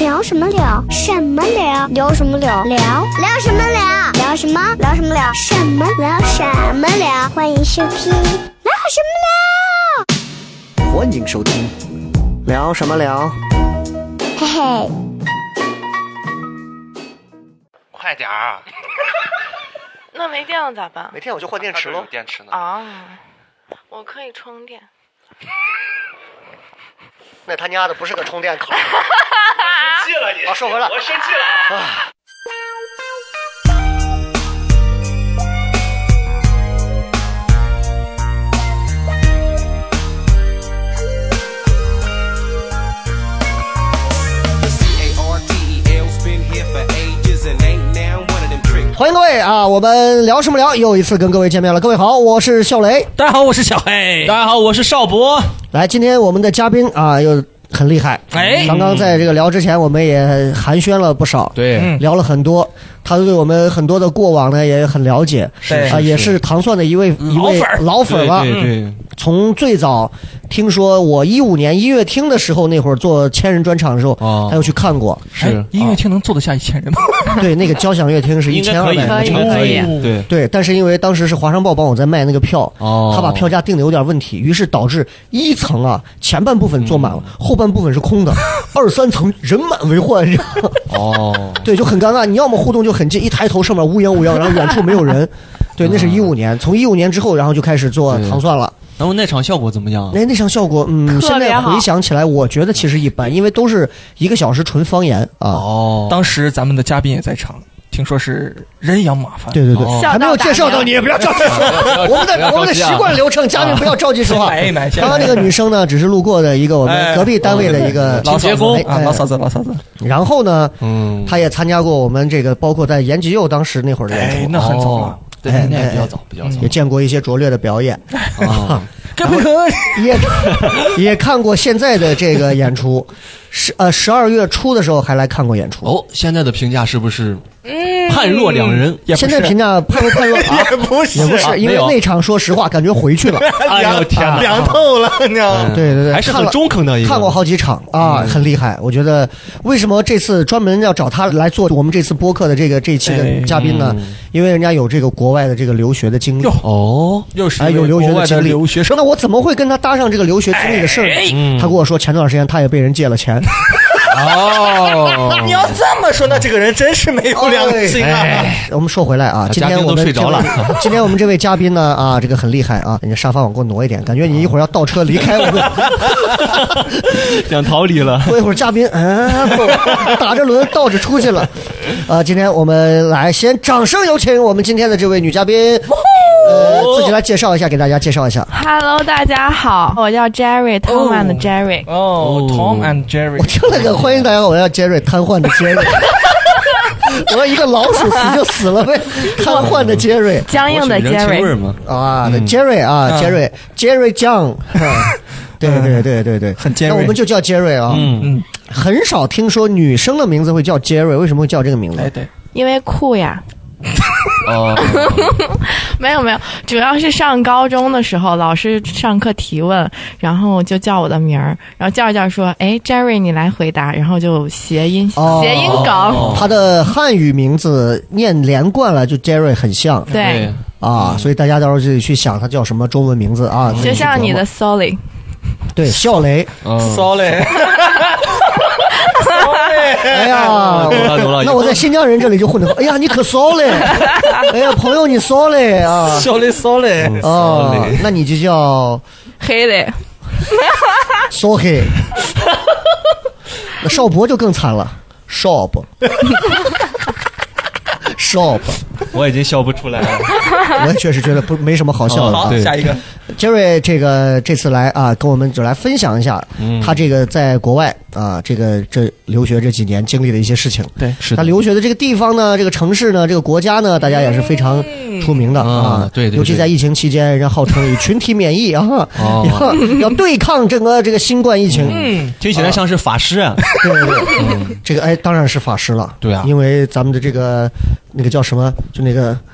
聊什么聊？什么聊？聊什么聊？聊聊什么聊？聊什么？聊什么聊？什么聊？什么聊？欢迎收听聊什么欢迎收听。聊什么聊？聊？嘿嘿，快点儿，啊那没电了咋办？每天我就换电池了，喽有。电池呢。啊，我可以充电。那他娘的不是个充电口。生气了你啊说回来我生气了。 C-A-R-T-E-L's been here for ages and ain't now one of them trick 欢迎各位啊，我们聊什么聊？又一次跟各位见面了。各位好，我是笑雷。大家好，我是小黑。大家好，我是邵博。来，今天我们的嘉宾啊又很厉害。哎刚刚在这个聊之前，我们也寒暄了不少，对，嗯聊了很多。他对我们很多的过往呢也很了解，是啊，是也是糖蒜的一位一位老粉儿老粉儿了。对对从最早听说我一五年音乐厅的时候，那会儿做千人专场的时候，哦他又去看 过。是哎音乐厅能坐得下一千人吗？对，那个交响乐厅是一千二百可以人。可以对对，但是因为当时是华商报帮我在卖那个票，哦他把票价定的有点问题，于是导致一层啊前半部分坐满了，嗯后半部分是空的， 二三层人满为患，然后哦，对，就很尴尬。你要么互动就很近，一抬头上面乌泱乌泱，然后远处没有人。对，那是嗯一五年，从一五年之后，然后就开始做对糖蒜了。然后那场效果怎么啊样？那那场效果，嗯，特现别在好回想起来，我觉得其实一般，因为都是一个小时纯方言啊。哦，当时咱们的嘉宾也在场，听说是人仰马翻。对对对，哦还没有介绍到你，不要着急说。 我们的我们的习惯流程，嘉宾不要着急说话。啊 哎买下刚刚那个女生呢，只是路过的一个我们哎隔壁单位的一个老清洁嫂工子啊，老嫂子，老嫂子，哎然后呢，嗯，她也参加过我们这个，包括在延吉佑当时那会儿的演哎，出，那很早了，对，哎那也哎比较早，比较早也见过一些拙劣的表演，啊。该嗯不成 也也看过现在的这个演出，十呃十二月初的时候还来看过演出。哦，现在的评价是不是判若两人？也不现在评是价判不判若 也不是，也不啊是，因没为有那场说实话感觉回去了，哎呦天哪，凉透了，你知道吗对对对还是看很了中肯的一个。看过好几场啊，很厉害。我觉得为什么这次专门要找他来做我们这次播客的这个这一期的哎嘉宾呢？因为人家有这个国外的这个留学的经历哟。哦， 又是哎，有留学国外经的历，留学生哎那，我怎么会跟他搭上这个留学经历的事儿呢？他跟我说，前段时间他也被人借了钱， 哦，你要这么说，那这个人真是没有良 心啊！哎我们说回来啊，今嘉天宾我都们睡这着位了 今天我们这位嘉宾呢啊，这个很厉害啊，你沙发往过挪一点，感觉你一会儿要倒车离开 我们。想逃离了。过一会儿嘉宾，嗯、走打着轮倒着出去了。呃，今天我们来先掌声有请我们今天的这位女嘉宾，呃，自己来介绍一下，给大家介绍一 下。 Hello，大家好，我叫 Jerry，他们的 Jerry。哦，Tom and 我 Jerry，听了个欢迎大家好，我要杰瑞瘫痪的杰瑞。我要一个老鼠死就死了呗，瘫痪的杰瑞僵硬的人情味 Jerry，儿吗？啊，杰瑞啊，杰瑞，杰瑞酱，对对对对对，很尖那锐我们就叫杰瑞啊。嗯，嗯，很少听说女生的名字会叫杰瑞，为什么会叫这个名字哎？对，因为酷呀。 哦，没有没有，主要是上高中的时候，老师上课提问，然后就叫我的名儿，然后叫着叫着说，哎，Jerry，你来回答，然后就谐音、哦谐音梗，他的汉语名字念连贯了，就 Jerry 很像对，，啊，所以大家到时候自己去想他叫什么中文名字啊。自己就去像你琢的磨 Solly，对笑雷， 嗯，骚嘞，哎呀，懂了懂了那我在新疆人这里就混得好。哎呀，你可骚嘞！哎呀，朋友你骚嘞啊骚嘞，骚嘞，哦，那你就叫黑的，骚黑。 那邵博就更惨了， 邵博，邵博，我已经笑不出来了。 我也确实觉得不没什么好笑的啊。好，对下一个，杰瑞这个这次来啊，跟我们就来分享一下嗯他这个在国外啊，这个这留学这几年经历的一些事情。对，是他的， 留学的这个地方呢，这个城市呢，这个国家呢，大家也是非常出名的啊啊。对对对尤其在疫情期间，人家号称以群体免疫啊，哦要 要对抗整个这个新冠疫情。嗯，听起来像是法师啊。对对对，这个哎，当然是法师了。对啊因为咱们的这个那个叫什么，就那个。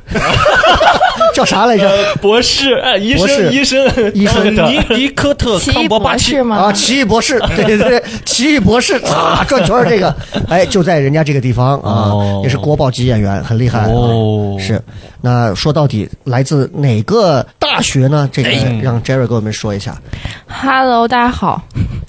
叫啥来着？呃，博士，哎，医博士生，医生，医 生尼尼科哦特奇康异伯巴博奇呃士，吗？啊，奇异博士，对对对，奇异博 士啊，转圈儿这个，哎，就在人家这个地方啊，哦也是国宝级演员，很厉害。啊哦是。那说到底来自哪个大学呢？这个哎让 Jerry 给我们说一下。 Hello，大家好，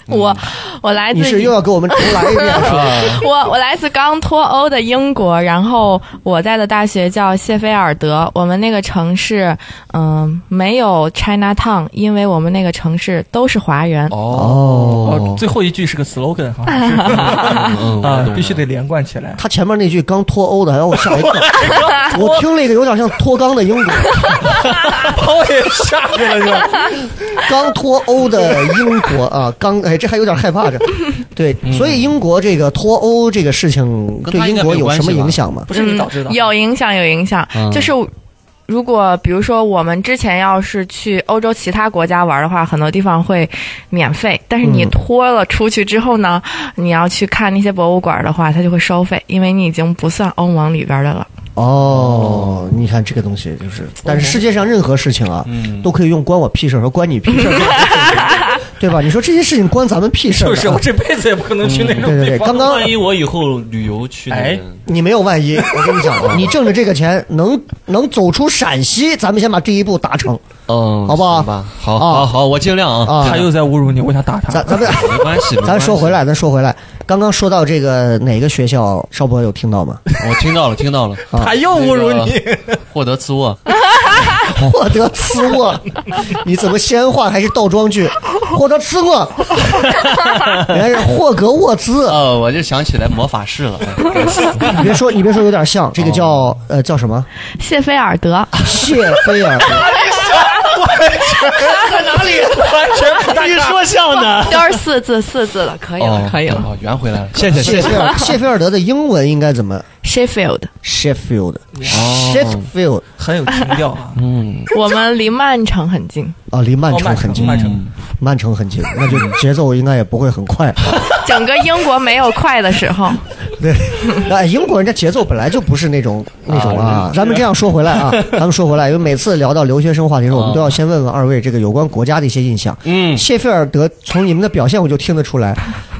我我来你自是于又要给我们重来一 遍是吧？我我来自刚脱欧的英国，然后我在的大学叫谢菲尔德，我们那个城市嗯、没有 China Town，因为我们那个城市都是华人。哦哦，最后一句是个 slogan 好像是嗯啊，必须得连贯起来。他前面那句刚脱欧的，让哎我吓一 跳。我听了一个有点像脱肛的英国，把我也吓着了， 嗯是吧？刚脱欧的英国啊，刚哎，这还有点害怕着。对，所以英国这个脱欧这个事情嗯跟对他应英该国没有有关什系么吧影响吗？不是你导致的，嗯有影响，有影响，嗯就是。如果比如说我们之前要是去欧洲其他国家玩的话，很多地方会免费，但是你嗯脱了出去之后呢，嗯你要去看那些博物馆的话，它就会收费，因为你已经不算欧盟里边的了。哦，你看这个东西就是，但是世界上任何事情啊，嗯都可以用“关我屁事”儿和“关你屁事”儿这两个字来形容，对吧？你说这些事情关咱们屁事儿就呢？是我这辈子也不可能去那种嗯对对地对，方。刚刚万一我以后旅游去那哎边，你没有万 一，我跟你讲啊，你挣着这个钱能能走出陕西，咱们先把第一步达成，嗯，好不好行吧，好，啊好，好，我尽量啊。啊他又在侮辱你，我想打他。咱咱们没关系， 没关咱系说回，来，咱说回来，刚刚说到这个哪个学校，邵博有听到吗？我听到了，听到了，他又侮辱你，获得次卧，获得次卧，你怎么先换还是倒装句？获得次卧，人家是霍格沃兹。 啊呃，我就想起来魔法师了。你别说，你别说，有点像这个叫、呃叫什么谢菲尔德，谢菲尔德。 完全你说像呢。 都是四字四字了，可以了，哦，可以了。哦，圆回来了，谢谢，谢谢菲谢。尔谢菲尔德的英文应该怎么 Sheffield， ？Sheffield Sheffield 很有情调啊。嗯，我们离曼城很近，啊，离曼哦城很近，曼城嗯，曼城很近，那就节奏应该也不会很快。整个英国没有快的时候。 对，哎，英国人家节奏本来就不是那种那种啊。咱们这样说回来 啊，咱们说回来，因为每次聊到留学生话题的时候，我们都要先问问二位这个有关国家的一些印象。嗯谢菲尔德从你们的表现我就听得出来，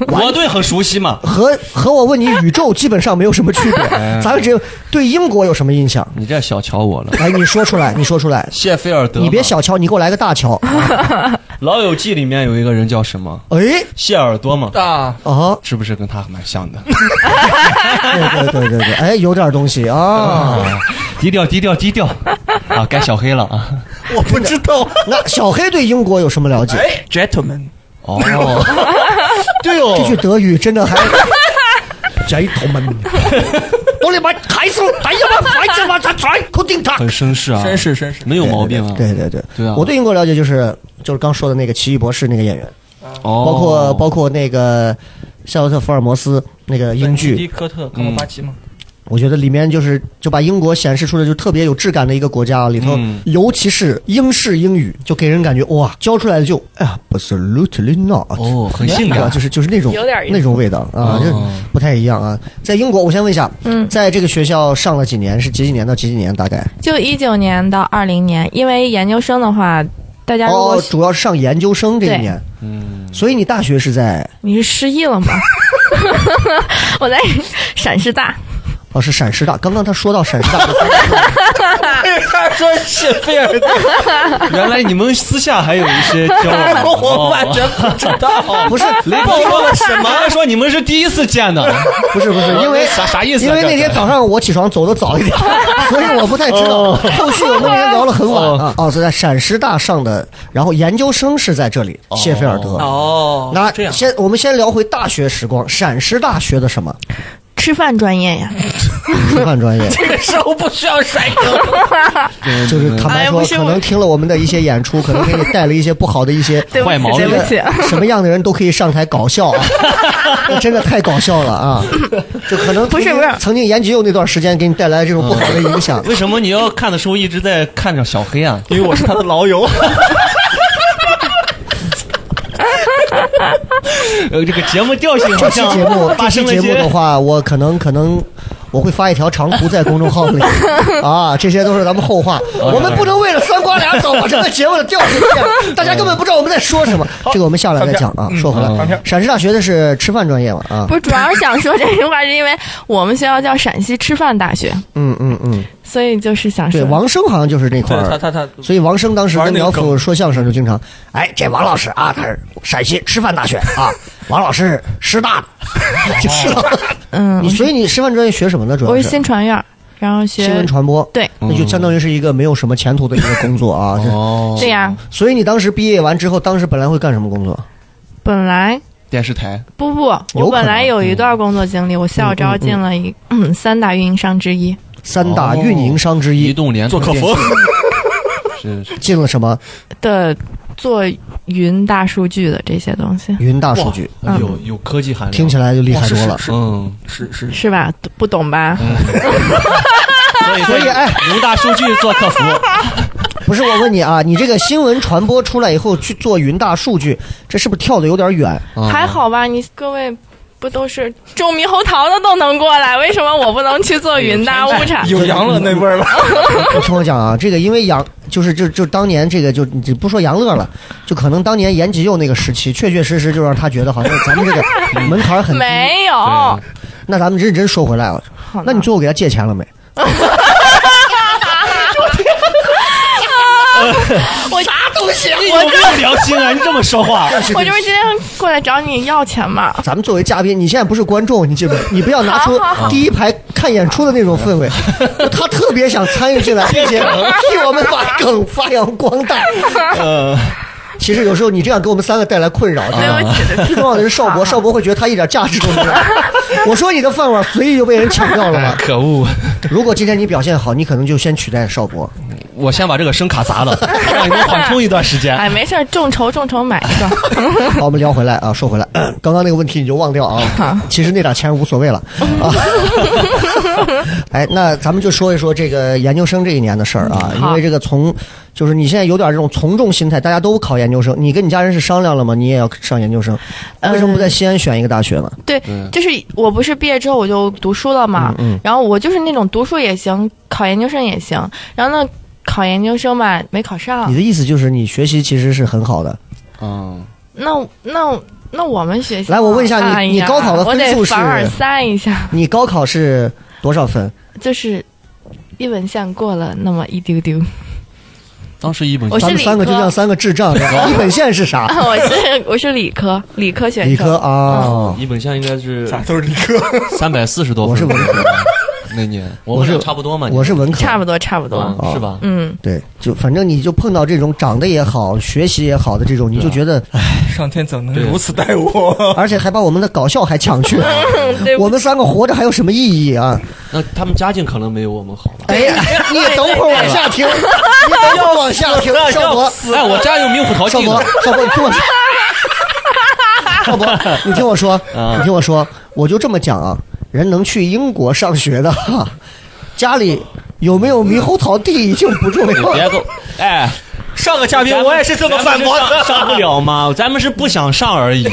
我对很熟悉嘛。和和我问你宇宙基本上没有什么区别。 咱们只有对英国有什么印象？你这小瞧我了，来，你说出来，你说出来，谢菲尔德嘛。你别小瞧，你给我来个大 瞧。 《老友记》里面有一个人叫什么？哎，谢耳朵嘛， 啊，啊，是不是跟他蛮像的？对对对对对，哎，有点东西啊。 低调，低调，低调。啊，该小黑了啊。我不知 道。那小黑对英国有什么了解？哎，gentlemen，哦，对这句哦，德语真的还。贼头们，我里面还是哎呀妈，还是把他拽，肯定他很绅士啊，绅士绅士没有毛病啊。对对对对啊我对英国了解就是就是刚说的那个奇异博士那个演员，哦，包括包括那个夏洛特·福尔摩斯那个英迪剧，科特康伯巴奇嘛，我觉得里面就是就把英国显示出了就特别有质感的一个国家啊，里头嗯尤其是英式英语，就给人感觉哇，教出来的就哎呀，absolutely not，哦，很性啊，感，就是就是那种有点意思那种味道啊哦，就是不太一样啊。在英国，我先问一下，嗯在这个学校上了几年？是几几年到几几年？大概就一九年到二零年，因为研究生的话，大家如果、哦，主要是上研究生这一年，嗯，所以你大学是在你是失忆了吗？ 我在陕师大，哦是陕师大。刚刚他说到陕师大，他说谢菲尔德，原来你们私下还有一些交往我完哦。全不知道。不是雷暴说了什么？还说你们是第一次见的，不是不是， 因为啥啥意思啊因为这那天早上我起床走的早 一点，所以我不太知哦道。后续我们那天聊了很晚啊，哦是在陕师大上的，然后研究生是在这里，谢菲尔德。哦那这样，先我们先聊回大学时光，陕师大学的 什么？吃饭专业呀。师范专业，这个时候不需要甩头。就是坦白哎说，不是可我能听了我们的一些演出，可能给你带了一些不好的一些呃对不坏 毛起，对病不 起。啊什么样的人都可以上台搞笑 啊，真的太搞笑了啊！就可能不曾是经不是嗯曾经研究那段时间给你带来这种不好的影响。为什么你要看的时候一直在看着小黑啊？因为我是他的老友，呃，这个节目调性这好期像节目，这发期生了节一目些的话，我可能可能我会发一条长图在公众 号里啊，这些都是咱们后话。我们不能为了三瓜俩枣把整个节目的调性变了，大家根本不知道我们在说什么。这个我们下来再讲啊。说回来嗯翻篇，陕师大学的是吃饭专业嘛啊不，是，主要是想说这句话，是因为我们学校叫陕西吃饭大学，嗯嗯嗯，所以就是想对，说，王生好像就是那块对他儿。他他，所以王生当时玩跟那个苗梗阜说相声就经常，哎，这王老师啊，他是陕西师范大 学啊，王老师是师大的，就师大的。嗯哦你，所以你师范专业学什么呢？主我要是新传院儿，然后学新闻传播，对那就相当于是一个没有什么前途的一个工作啊。 这哦，对呀，所以你当时毕业完之后，当时本来会干什么工作？本来电视台不不，有我可能嗯本来有一段工作经历，我校招进了一嗯三大运营商之一，三大哦运营商之移一，动联通做客服电视，是是进了什么的做云大数据的这些东西，云大数据，嗯有有科技含量，听起来就厉害哦是多了。是嗯，是是是，是吧？不懂吧？嗯所以所以哎，云大数据做客服，不是我问你啊，你这个新闻传播出来以后去做云大数据，这是不是跳的有点远？嗯还好吧？你各位不都是种猕猴桃的都能过来，为什么我不能去做云大物产？有羊了那味儿了。你听我讲啊，这个因为杨就是就就当年这个就你就不说杨乐了，就可能当年严吉佑那个时期，确确实实就让他觉得好像咱们这个 门槛儿很低。没有，那咱们认真说回来啊，好那你最后给他借钱了没？我啥都行，你有我没有良心啊？你这么说话，我 就是今天过来找你要钱嘛。咱们作为嘉宾，你现在不是观众，你记不？你不要拿出好好好第一排看演出的那种氛 围。他特别想参与进来，并且替我们把梗发扬光大。呃，其实有时候你这样给我们三个带来困扰。真的对不起，对不最起。重要的是邵博，邵博会觉得他一点价值都没有。我说你的饭碗随意就被人抢掉了 吧？哎可恶！如果今天你表现好，你可能就先取代邵博。我先把这个声卡 砸了，让你们缓冲一段时间。哎，没事儿，众筹众筹买 一个。好，我们聊回来啊，说回来， 刚刚那个问题你就忘掉啊。其实那点钱无所谓了啊。 哎，那咱们就说一说这个研究生这一年的事儿啊，因好为这个从就是你现在有点这种从众心态，大家都考研究生，你跟你家人是商量了吗？你也要上研究生，呃为什么不在西安选一个大学呢？对，就是我不是毕业之后我就读书了嘛，嗯然后我就是那种读书也行，考研究生也行，然后呢考研究生吧没考上你，的意思就是你学习其实是很好的，啊嗯，那那那我们学校来我问一下你哎呀你高考的分数是我得凡尔赛一下，你高考是多少分？就是一本线过了那么一丢丢， 当时一本我是咱们理三个就科嗯像三个智 障一样，一本线是啥？我是我是理科理科选理科科，啊，一本线应该是咋都是理科， 三百四十多我是分吧，文科 那年我我是们俩差不多嘛，我是啊文科，嗯差不多差不哦多，多是吧？嗯，对，就反正你就碰到这种长得也好、学习也好的这种，你就觉得，哎上天怎能对如此待我？而且还把我们的搞笑还抢去了，嗯对不我们三个活着还有什么意义啊？那他们家境可能没有我们好 吧？哎呀，你等会儿往下听，你等会儿往下听，少博，哎，我家有名虎淘少 气博的，，少博，你听我说，少博， 你听我说，嗯你听我说，我就这么讲啊，人能去英国上学的，哈，家里有没有猕猴桃地已经不重你要别了。给我哎，上个嘉宾咱们我也是这么反驳咱们是上上不的。了 吗？咱们是不想上而已。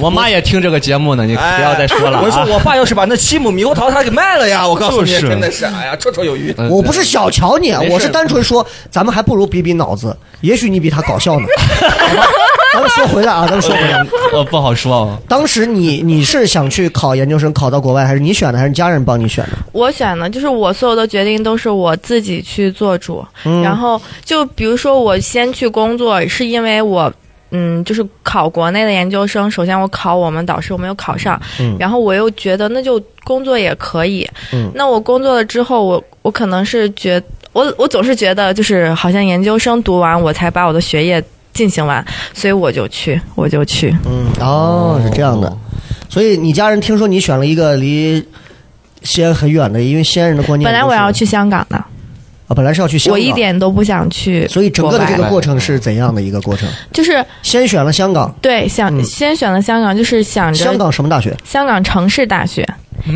我妈也听这个节目呢，你不哎要再说了我说啊！我爸要是把那七亩猕猴桃他给卖了呀，我告诉你，就是真的是，哎呀，绰绰有余。嗯呃我不是小瞧你，啊没事我是单纯说，咱们还不如比比脑子，也许你比他搞笑呢。好吧咱们说回来啊，咱们说回来，呃不好说啊，当时你你是想去考研究生，考到国外，还是你选的，还是家人帮你选的？我选的就是我所有的决定都是我自己去做主，嗯然后就比如说我先去工作，是因为我。嗯，就是考国内的研究生，首先我考我们导师，我没有考上，嗯然后我又觉得那就工作也可以。嗯那我工作了之后，我我可能是觉我我总是觉得就是好像研究生读完我才把我的学业进行完，所以我就去我就去。嗯，哦，是这样的。所以你家人听说你选了一个离西安很远的，因为西安人的观念本来都我是要去香港的，啊，本来是要去香港，我一。点都不想去。所以整个的这国个外过程是怎样的一个过程？就是先选了香港，对，想、嗯先选了香港，就是想着香港嗯什么大学？香港城市大学，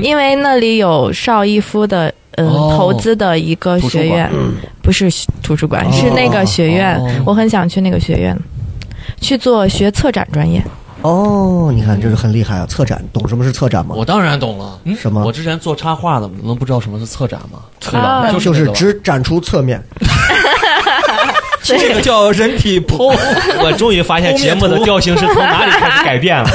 因为那里有邵逸夫的嗯、哦投资的一个图书学院，嗯不是图书馆，哦是那个学院，我很想去那个学院。去做学策展专业，哦，你看这是很厉害啊！策展懂什么是策展吗？我当然懂了，嗯什么我之前做插画的，能不知道什么是策展吗？策啊就就是那个吧只展出侧面，这个叫人 体剖。我终于 发现节目的调性是从哪里开始改变了。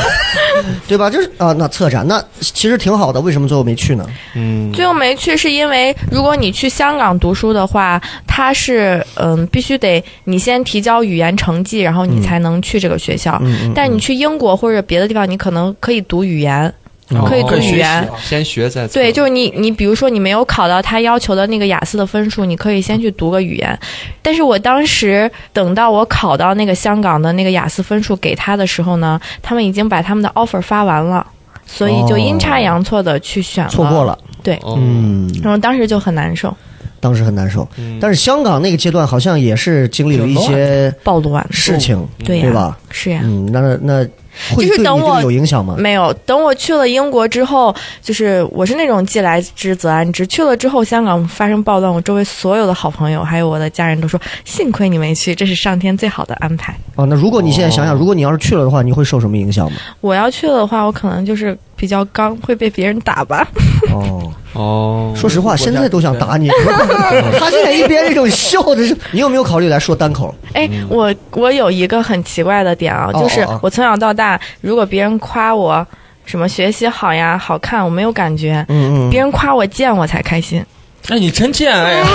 对吧？就是啊，那策展那其实挺好的，为什么最后没去呢？嗯，最后没去是因为，如果你去香港读书的话，它是嗯必须得你先提交语言成绩，然后你才能去这个学校。嗯嗯嗯但你去英国或者别的地方，你可能可以读语言，哦可哦以读语言。先学再嗯做对，就是你，你比如说你没有考到他要求的那个雅思的分数，你可以先去读个语言。但是我当时等到我考到那个香港的那个雅思分数给他的时候呢，他们已经把他们的 offer 发完了，所以就阴差阳错的去选了，哦错过。了，对，哦嗯，然后当时就很难受，当时很难受。但是香港那个阶段好像也是经历了一些暴露完事情，哦对呀、吧？是呀、嗯，那那会就是对你等这我个有影响吗？没有，等我去了英国之后，就是我是那种既来之则安之。去了之后，香港发生暴乱，我周围所有的好朋友还有我的家人都说，幸亏你没去，这是上天最好的安排。啊，那如果你现在想想，哦如果你要是去了的话，你会受什么影响吗？我要去的话，我可能就是比较刚，会被别人打吧。 哦，哦说实话，现在都想打你。 他现在一边那种笑的是，你有没有考虑来说单口？哎，我我有一个很奇怪的点啊，嗯哦就是哦哦我从小到大，如果别人夸我什么学习好呀、好看，我没有感觉。嗯别人夸我贱，我才 开心。哎，你真贱哎呀！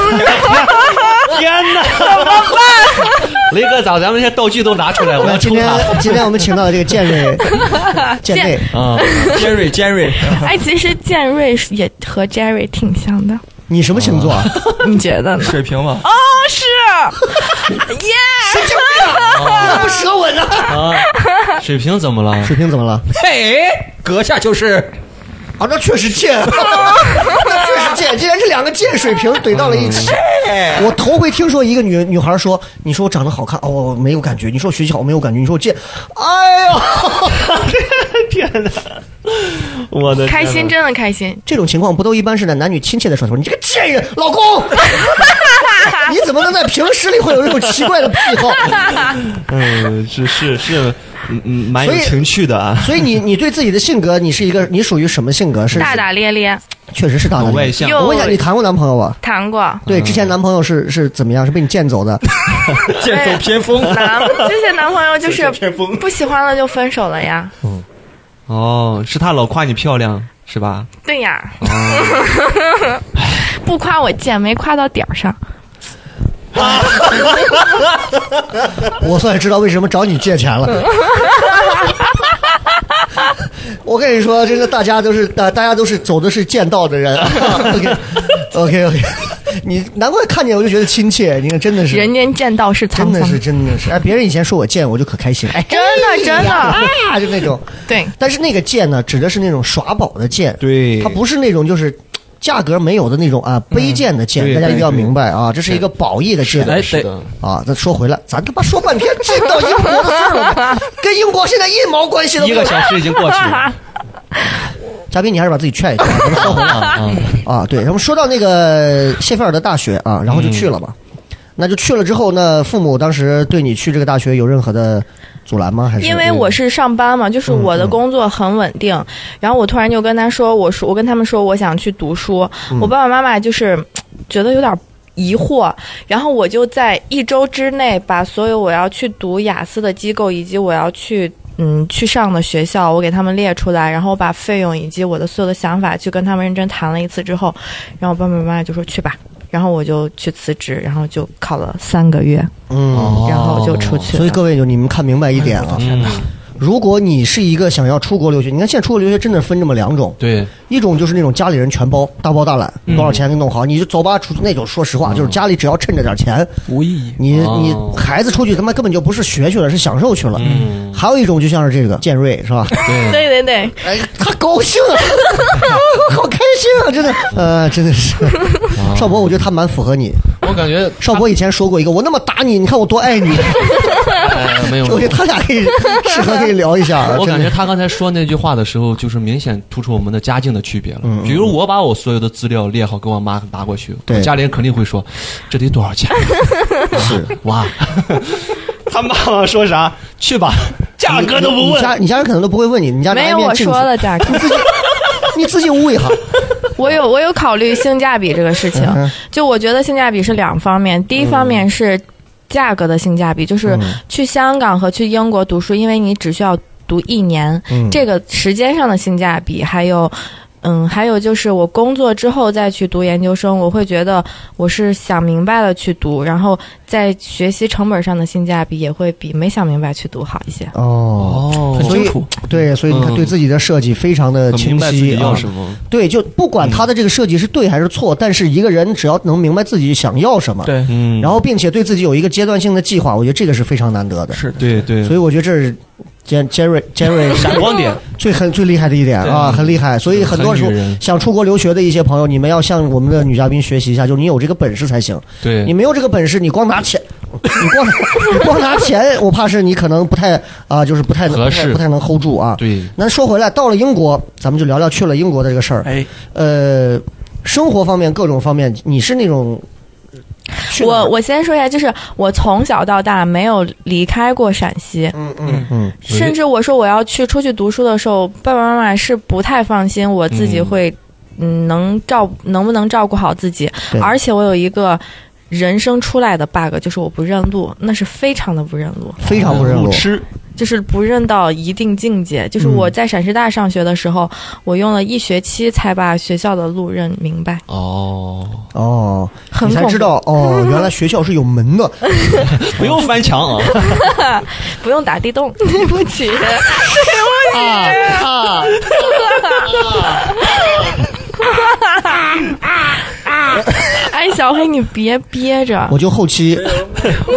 天哪， 雷哥咋咱们这些道具都拿出来，我那要今抽天他。今天我们请到的这个健 瑞，健瑞，啊，杰瑞，杰瑞，哎，其实建瑞是也和 Jerry 挺 像的，你什么星哦座啊？你觉得呢？水平嘛，哦哦是， 神经病啊，那不舌吻呢？水平怎么 了？水瓶怎么了？嘿，阁下就是啊，那确实贱，那确实贱，竟然是两个贱水平怼到了一起。我头回听说一个女女孩说：“你说我长得好看，哦，我没有感觉；你说我学习好，我没有感觉；你说我贱，哎呦，天哪，我的天哪开心，真的开心。这种情况不都一般是在男女亲切的时候说你这个贱人，老公，你怎么能在平时里会有这种奇怪的癖好？嗯，是是是，嗯嗯，蛮有所以情趣的啊，所以你你对自己的性格，你是一个你属于什么性格？是大大咧咧，确实是大大很咧外咧。向。又我问一下，你谈过男朋友啊吧？谈过。对，之前男朋友是是怎么样？是被你贱走的？剑走偏锋。男之前男朋友就是不喜欢了就分手了呀，哦，是他老夸你漂亮是吧？对呀， 不夸我贱，没夸到点儿上。我算是知道为什么找你借钱了。 我跟你说，这个大家都是大，大家都是走的是剑道的人。OK OK OK，你难怪看见我就觉得亲切，你看真的是，人间剑道是沧真的是桑，真的是，哎，别人以前说我贱，我就可开心，哎，真的真的，啊，就那种。对，但是那个贱呢，指的是那种耍宝的贱，对它不是那种就是。价格没有的那种啊，卑贱的贱，对大家一定要对对明白啊，这是一个褒义的贱。哎，得是的，啊，那说回来，咱他妈说半天进到英国的事儿了，跟英国现在一毛关系都没一有个。小时已经过去了，嘉宾，你还是把自己劝 一劝啊，咱们说回来啊嗯啊，对，咱们说到那个谢菲尔德大学啊，然后嗯就去了嘛。那就去了之后呢，父母当时对你去这个大学有任何的阻拦吗？还是嗯因为我是上班嘛，就是我的工作很稳定，然后我突然就跟他说，我说我跟他们说我想去读书，嗯我爸爸妈妈就是嘖觉得有点。疑惑，然后我就在一周之内把所有我要去读雅思的机构以及我要去嗯去上的学校，我给他们列出来，然后把费用以及我的所有的想法去跟他们认真谈了一次之后，然后我爸爸妈妈就说去吧，然后我就去辞职，然后就考了三个月，哦嗯，然后就出去了。所以各位就你们看明白一点啊，嗯嗯如果你是一个想要出国留学，你看现在出国留学真的分这么两种，对，一种就是那种家里人全包，大包大揽，嗯多少钱给你弄好，你就走吧。出去那种，说实话，就是家里只要趁着点钱，无意义。你哦你孩子出去他妈根本就不是学去了，是享受去了。嗯，还有一种就像是这个建瑞是 吧？对，对对对，哎，他高兴啊，好开心啊，真的，呃，真的是，哦少博，我觉得他蛮符合你。我感觉少博以前说过一个，我那么打你，你看我多爱你，哎没有，我觉得他俩可以适合可以聊一下啊。我真感觉的，他刚才说那句话的时候，就是明显突出我们的家境的区别了。嗯比如我把我所有的资料列好给我妈拿过去，对我家里人肯定会说这得 多 少钱？是哇，他妈妈说啥？去吧，加价格都不你问，家你家人可能都不会问你，你家拿没一有面我镜说子，的 价格，你自己悟一 行。我有我有考虑性价比这个事嗯情。就我觉得性价比是两方面，第一方面嗯是价格的性价比，就是去香港和去英国读书，因为你只需要读一年，嗯这个时间上的性价比，还有。嗯，还有就是我工作之后再去读研究生，我会觉得我是想明白了去读，然后在学习成本上的性价比也会比没想明白去读好一些。哦，哦所很以清楚对，所以你看，嗯对自己的设计非常的很明清白自己晰要啊。什么。对，就不嗯管他的这个设计是对还是错，但是一个人只要能明白自己想要什么，对，嗯，然后并且对自己有一个阶段性的计划，我觉得这个是非常难得的。是的，对对，所以我觉得这是杰杰瑞杰瑞 闪光点，最很最厉害的一点啊，很厉害。所以很多时候很女人想出国留学的一些朋友，你们要向我们的女嘉宾学习一下，就是你有这个本事才行。对，你没有这个本事，你光拿钱， 你光你光拿钱，我怕是你可能不太啊，就是不太能合适不太能 hold 住啊。对那说回来，到了英国，咱们就聊聊去了英国的这个事儿。哎，呃，生活方面各种方面，你是那种去哪我儿我先说一下，就是我从小到大没有离开过陕西，嗯嗯嗯甚至我说我要去出去读书的时候，爸爸妈妈是不太放心我自己会，嗯，能照能不能照顾好自己对。而且我有一个人生出来的 bug，就是我不认路，那是非常的不认路，非常不认路路。痴，就是不认到一定境界。就是我在陕师大上学的时候，我用了一学期才把学校的路认明白，哦，哦，很你才恐知怖。道哦，原来学校是有门 的。 不用翻 墙啊！不用打地洞， 对不起。啊哎，小黑，你别憋着我，就后期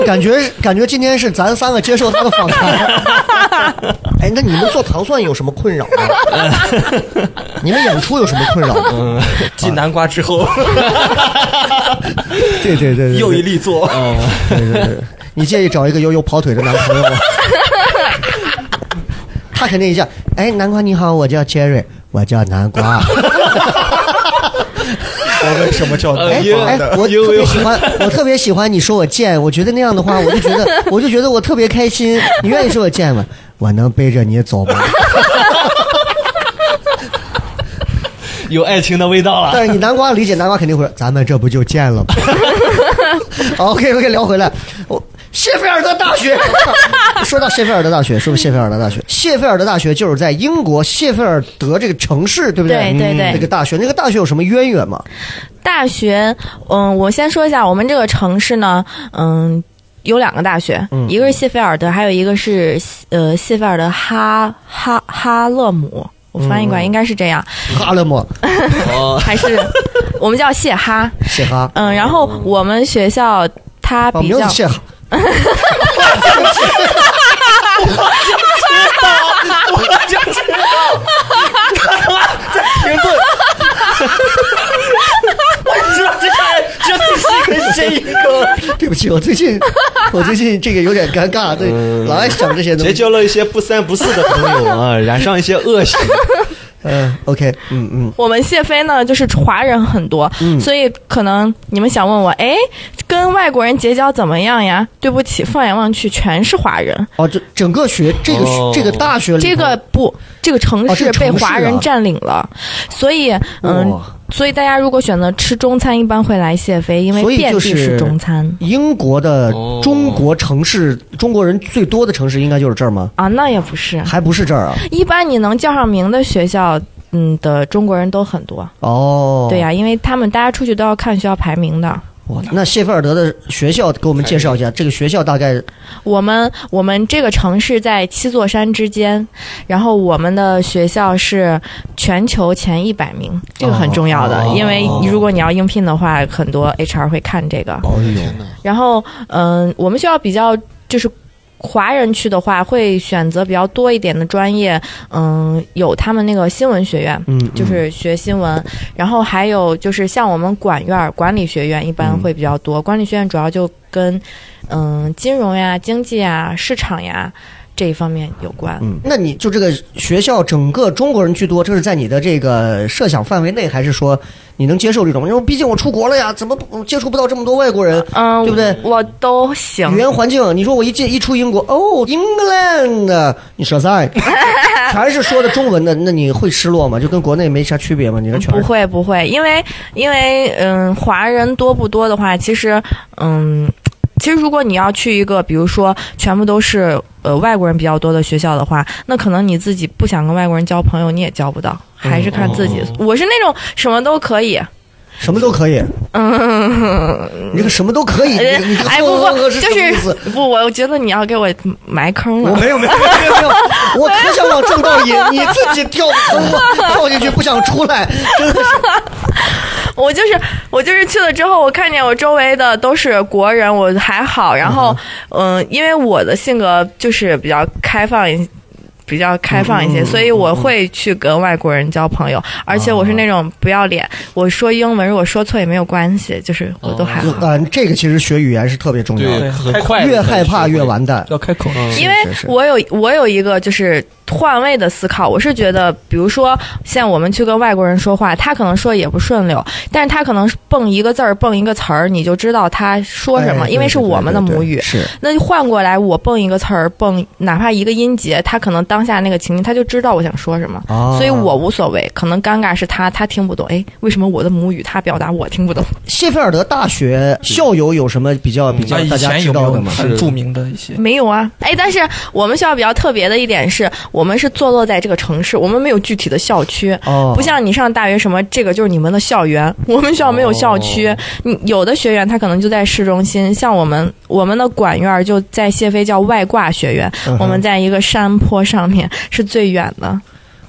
感觉感觉今天是咱三个接受他的访谈。 哎，那你们做糖蒜有什么困扰吗？ 你们演出有什么困扰吗？继南瓜之后对对对又一力作，对对对，你介意找一个悠悠跑腿的男朋友吗？ 他肯定一下，哎，南瓜你好，我叫 Jerry，我叫南瓜。 我为什么叫哎南瓜哎，的？我特别喜欢，我特别喜欢你说我贱，我觉得那样的话，我就觉得，我就觉得我特别开心。你愿意说我贱吗？我能背着你走吗？有爱情的味道 了。但是你南瓜理解南瓜肯定会说，咱们这不就见 了吗？好，OK OK，聊回来，我谢菲尔德大学。 说到谢菲尔德大学，是不是谢菲尔德大学？谢菲尔德大学就是在英国谢菲尔德这个城市，对不对对对对这个大学，那个大学有什么渊源吗？大学，嗯，我先说一下，我们这个城市呢，嗯，有两个大学，嗯一个是谢菲尔德，还有一个是呃谢菲尔德哈哈哈勒姆，我翻译嗯过来应该是这样，哈勒姆，哦 还是我们叫谢哈，谢 哈，嗯，然后我们学校它哦，比名较字谢哈。停 顿。我知道这个人绝对是一个对不起，我最近我最近这个有点尴尬，对，老爱想这些嗯东结西。交了一些不三不四的朋友 啊，染上一些恶习。嗯，OK，嗯嗯，我们谢飞呢，就是华人很多，所以可能你们想问我，哎，跟外国人结交怎么样呀？对不起，放眼望去全是华人。哦，这整个学这个哦这个大学里头，这个不，这个城哦这市个城被市华人啊占领了，所以嗯哇，所以大家如果选择吃中餐，一般会来谢飞，因所为以遍就地是是中餐、英国的哦中国城市，中国人最多的城市应该就是这儿吗？啊。那也不是，还不是这儿啊？一般你能叫上名的学校，嗯的中国人都很多，哦，对呀、、因为他们大家出去都要看学校排名的。哇，那谢菲尔德的学校给我们介绍哎一下，这个学校大概我们我们这个城市在七座山之间，然后我们的学校是全球前一百哦名，这个很重要的，因为如果你要应聘的话，很多 HR 会看这个。哦天哪！然后，嗯、我们学校比较就是。华人区的话，会选择比较多一点的专业，嗯，有他们那个新闻学院，嗯，就是学新闻，然后还有就是像我们管院儿、管理学院一般会比较多。管理学院主要就跟嗯金融呀、经济呀、市场呀这一方面有关。嗯，那你就这个学校整个中国人居多，这是在你的这个设想范围内，还是说你能接受这种？因为毕竟我出国了呀，怎么不接触不到这么多外国人？嗯，对不对我都行语。言环境，你说我一进一出英国，哦，England，你说 啥？全是说的中文的，那你会失落吗？就跟国内没啥区别吗？你这全不是会不会，因为因为嗯，华人多不多的话，其实嗯，其实如果你要去一个，比如说全部都是呃外国人比较多的学校的话，那可能你自己不想跟外国人交朋友，你也交不到，还是看自己。我是那种什么都可以，什么都可以，嗯，你这个什么都可以，你你这个哎不呵呵不，呵就什么意思？是不，我觉得你要给我埋坑我了。没有没有没有没有，我可想往正道引，你自己跳坑了，跳进去不想出来，真的是。我就是我就是去了之后，我看见我周围的都是国人，我还好。然后，嗯、因为我的性格就是比较开放一。比较开放一些，所以我会去跟外国人交朋友，而且我是那种不要脸，我说英文如果说错也没有关系，就是我都还好。啊，这个其实学语言是特别重要的，很快越害怕越完蛋。要开口了。因为是是我有我有一个就是换位的思考，我是觉得，比如说像我们去跟外国人说话，他可能说也不顺溜，但是他可能蹦一个字儿蹦一个词儿，你就知道他说什么，哎因为是我们的母语。对对对对是那就换过来，我蹦一个词儿，蹦哪怕一个音节，他可能当下那个情境，他就知道我想说什么，啊所以我无所谓。可能尴尬是他，他听不懂。哎，为什么我的母语他表达我听不懂？谢菲尔德大学校友有什么比较比较哎以大家前知有没道的有吗？很著名的一些？没有啊，哎，但是我们学校比较特别的一点是，我们是坐落在这个城市，我们没有具体的校区，哦不像你上大学什么，这个就是你们的校园。我们学校没有校哦区，你有的学院它可能就在市中心，像我们我们的管院就在谢飞叫外挂学院，嗯我们在一个山坡上面是最远的，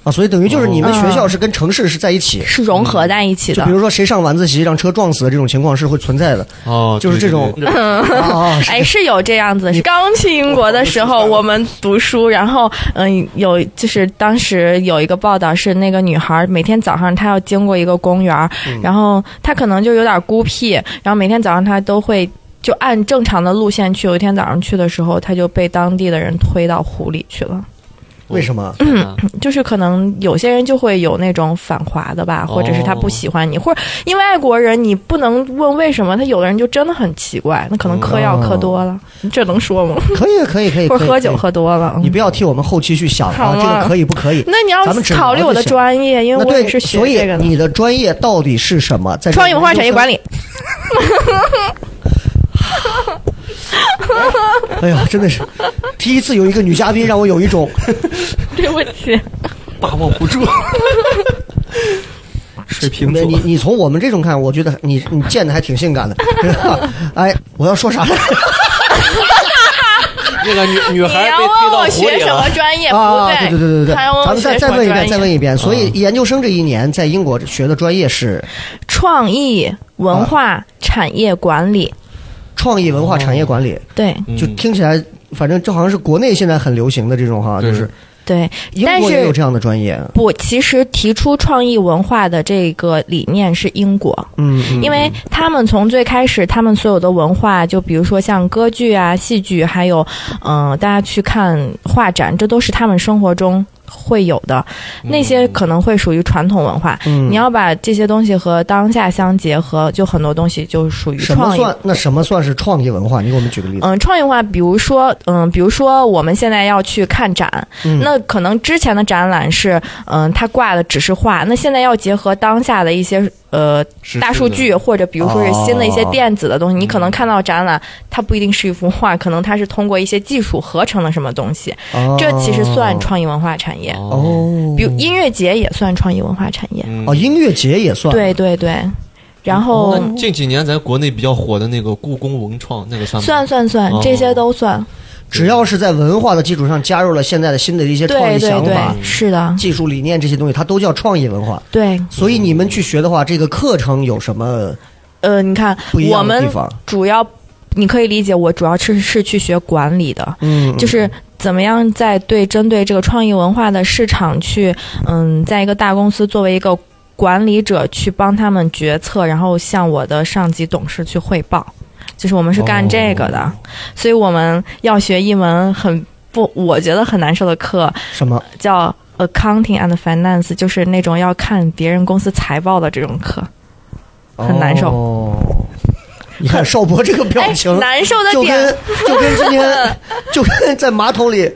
啊，所以等于就是你们学校是跟城市是在一起，是融合在一起就的比。如说谁上晚自习让车撞死的这种情况是会存在的 哦，就是这种对对对 啊。是哎，是有这样子。刚去英国的时候，我们读书，然后嗯，有就是当时有一个报道是那个女孩每天早上她要经过一个公园儿，然后她可能就有点孤僻，然后每天早上她都会。就按正常的路线去，有一天早上去的时候，她就被当地的人推到湖里去了。为什么？天哪 就是可能有些人就会有那种反华的吧，或者是他不喜欢你，或者因为爱国人，你不能问为什么，他有的人就真的很奇怪，那可能嗑药嗑多了，这能说吗？可以可以可以，或可者以喝酒。可以喝多了。你不要替我们后期去想啊好，这吗个可以不可以？那你要咱们只考虑我的聊就行专业，因那为我对也是，学所以这个的。你的专业到底是什么？在创意文化产业管理，哎呀，真的是第一次有一个女嘉宾让我有一 种 对不起，把握不住。水瓶你座你你从我们这种看，我觉得你你见的还挺性感的。真的哎，我要说啥来着？那个女女你孩要被推问到我湖学里什了么。专业？啊，不对对对对对，他要问咱我们学再什再么问一专遍，再业？问一遍。所嗯以研究生这一年在英国学的专业是创意文化产业管理，创意文化产业管理，对嗯就听起来，反正这好像是国内现在很流行的这种哈，对就是对，英但国也是有这样的专业。不，其实提出创意文化的这个理念是英国，嗯，嗯因为他们从最开始，他们所有的文化，就比如说像歌剧啊、戏剧，还有嗯、呃大家去看画展，这都是他们生活中会有的。嗯那些可能会属于传统文化，你要把这些东西和当下相结合，就很多东西就属于什么创意。算那什么算是创意文化？你给我们举个例子。嗯，创意文化，比如说，嗯，比如说我们现在要去看展，嗯那可能之前的展览是，嗯，它挂的只是画，那现在要结合当下的一些呃实大施数的据，或者比如说是新的一些哦电子的东西，你可能看到展览，它不一定是一幅画，可能它是通过一些技术合成的什么东西，哦啊这其实算创意文化产业。哦比如音乐节也算创意文化产业，哦，音乐节也算对对对，然哦后。那近几年咱国内比较火的那个故宫文创，那个算吗算算算，哦这些都算，只要是在文化的基础上加入了现在的新的一些创对意对想对法、，是的，技术理念这些东西，它都叫创意文化。对，所以你们去学的话，这个课程有什么呃，你看不一我样的们地方？主要你可以理解，我主要是是去学管理的，嗯，就是怎么样在对针对这个创意文化的市场去，嗯，在一个大公司作为一个管理者去帮他们决策，然后向我的上级董事去哦汇报。就是我们是干这个的，所以我们要学一门很不，我觉得很难受的课什么？叫 Accounting and Finance，就是那种要看别人公司财报的这种课，很难受。哦你看邵博这个表情，哎难受的就点跟就跟今 天就跟在马桶里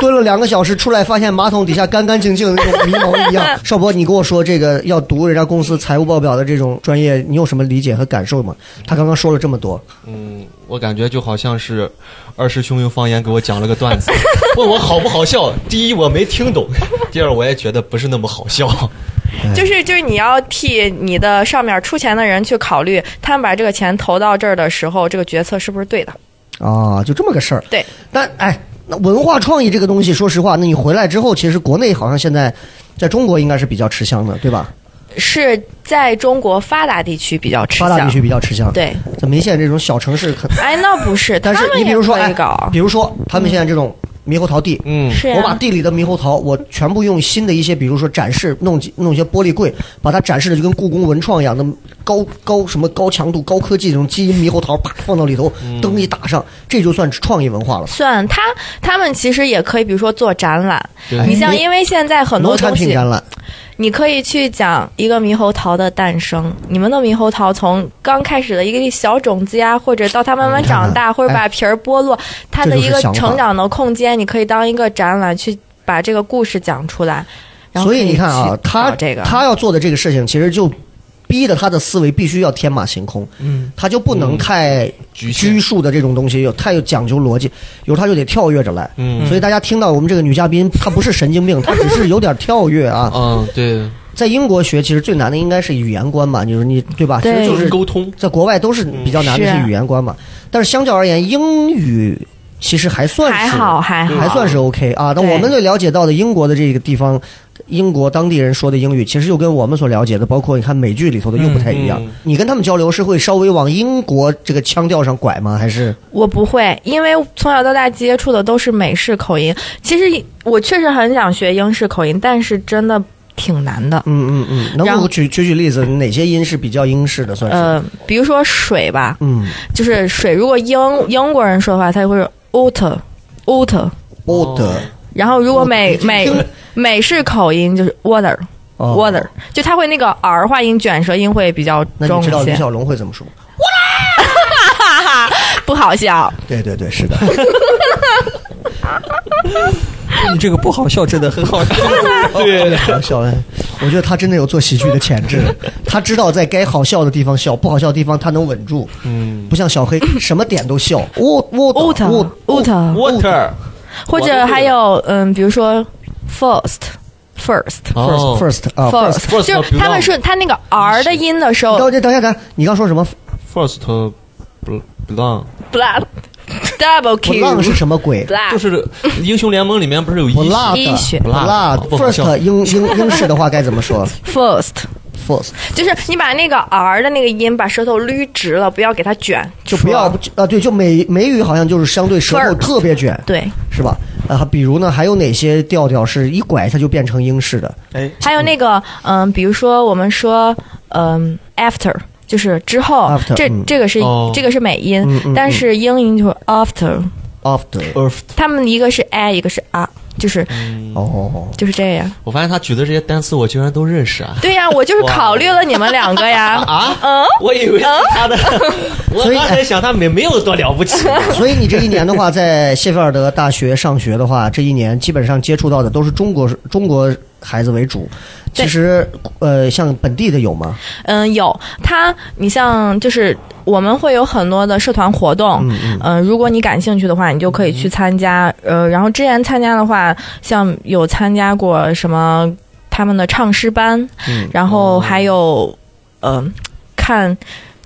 蹲了两个小时，出来发现马桶底下干干净净的那种迷茫一 样。邵博，你跟我说这个要读人家公司财务报表的这种专业，你有什么理解和感受吗？他刚刚说了这么多，嗯，我感觉就好像是二师兄用方言给我讲了个段子， 问我好不好笑。第一我没听懂， 第二我也觉得不是那么好笑。就是就是你要替你的上面出钱的人去考虑，他们把这个钱投到这儿的时候，这个决策是不是对的？啊，就这么个事儿。对，但哎，那文化创意这个东西，说实话，那你回来之后，其实国内好像现在在中国应该是比较吃香的，对吧？是在中国发达地区比较吃发香。达地区比较吃香。，对，在明县这种小城市可，哎，那不是， 但是他们你比也如说，可哎以搞，，嗯比如说他们现在这种猕猴桃地， 嗯，是、啊、我把地里的猕猴桃，我全部用新的一些，比如说展示，弄几弄一些玻璃柜，把它展示的就跟故宫文创一样，那么高高什么高强度、高科技这种基因猕猴桃，啪放到里头，灯一打上，这就算是创意文化了。算他他们其实也可以，比如说做展览。对你像，因为现在很哎农多产东品西，展览，你可以去讲一个猕猴桃的诞生。你们的猕猴桃从刚开始的一个小种子呀，或者到它慢慢你看看长大，或者把皮儿剥落，它的一哎这就个是想法成长的空间，你可以当一个展览去把这个故事讲出来。然后所以你看可啊以，去他搞这个他要做的这个事情，其实就逼得他的思维必须要天马行空，嗯，他就不能太局限拘束的这种东西，有太有讲究逻辑，有时候他就得跳跃着来。嗯所以大家听到我们这个女嘉宾，她不是神经病，她只是有点跳跃啊。嗯，对，在英国学，其实最难的应该是语言观吧，就是你对吧？其对实嗯就是沟通，在国外都是比较难的是是语言观嘛，但是相较而言，英语其实还算是还好还好，还算是 OK 啊。那对我们最了解到的英国的这个地方，英国当地人说的英语，其实就跟我们所了解的，包括你看美剧里头的又不太一样。嗯嗯你跟他们交流是会稍微往英国这个腔调上拐吗？还是我不会，因为从小到大接触的都是美式口音。其实我确实很想学英式口音，但是真的挺难的。嗯嗯嗯，能然够后举举举例子，哪些音是比较英式的算是？呃，比如说水吧，嗯就是水，如果英英国人说的话，他就会说 water water，哦，old 然后如果美 Water，美这 个美式口音就是 water 哦 water，就他会那个 r 化音卷舌音会比较那重你知道一李些，小龙会怎么说？不好笑。对对对，是的。 你这个不好笑，真的很好笑。 对，好笑哎！我觉得他真的有做喜剧的潜 质，他知道在该好笑的地方笑，不好笑的地方他能稳住。嗯，不像小黑什么点都笑。哦我哦我 water 我 water， water 或者还有嗯，比如说 first first。 哦 first 啊 first。 first 就是他们说他那个 r 的音的时候等等等一下，等一下你刚说什么？ first belong， ，blood double 不浪是 q 什么鬼？就 blood 是英雄联盟里面不是有不一辣的医学不辣不好笑 first 英英英式的话该怎么说 first， ？first 就是你把那个 r 的那个音把舌头捋直了，不要给它卷，就不要啊，对，就美美语好像就是相对舌头 First 特别卷，对。是吧？啊，比如呢，还有哪些调调是一拐它就变成英式的？哎，还有那个，嗯，比如说我们说，嗯，after 就是之后 After，这嗯这个是、哦这个是美音，嗯嗯但是英音就是 after， after earth。他们一个是 a 一个是 r，就是哦，就是这样。我发现他举的这些单词我竟然都认识啊！对呀、我就是考虑了你们两个呀。啊哦嗯，我以为是他的， 我所以刚才想他没没有多了不起。所以你这一年的话，在谢菲尔德大学上学的话，这一年基本上接触到的都是中国中国孩子为主。对其实，呃，像本地的有吗？ 嗯，有它，你像就是我们会有很多的社团活动，嗯如果你感兴趣的话，你就可以去参加。呃，然后之前参加的话，像有参加过什么他们的唱诗班，嗯然后还有嗯、呃看。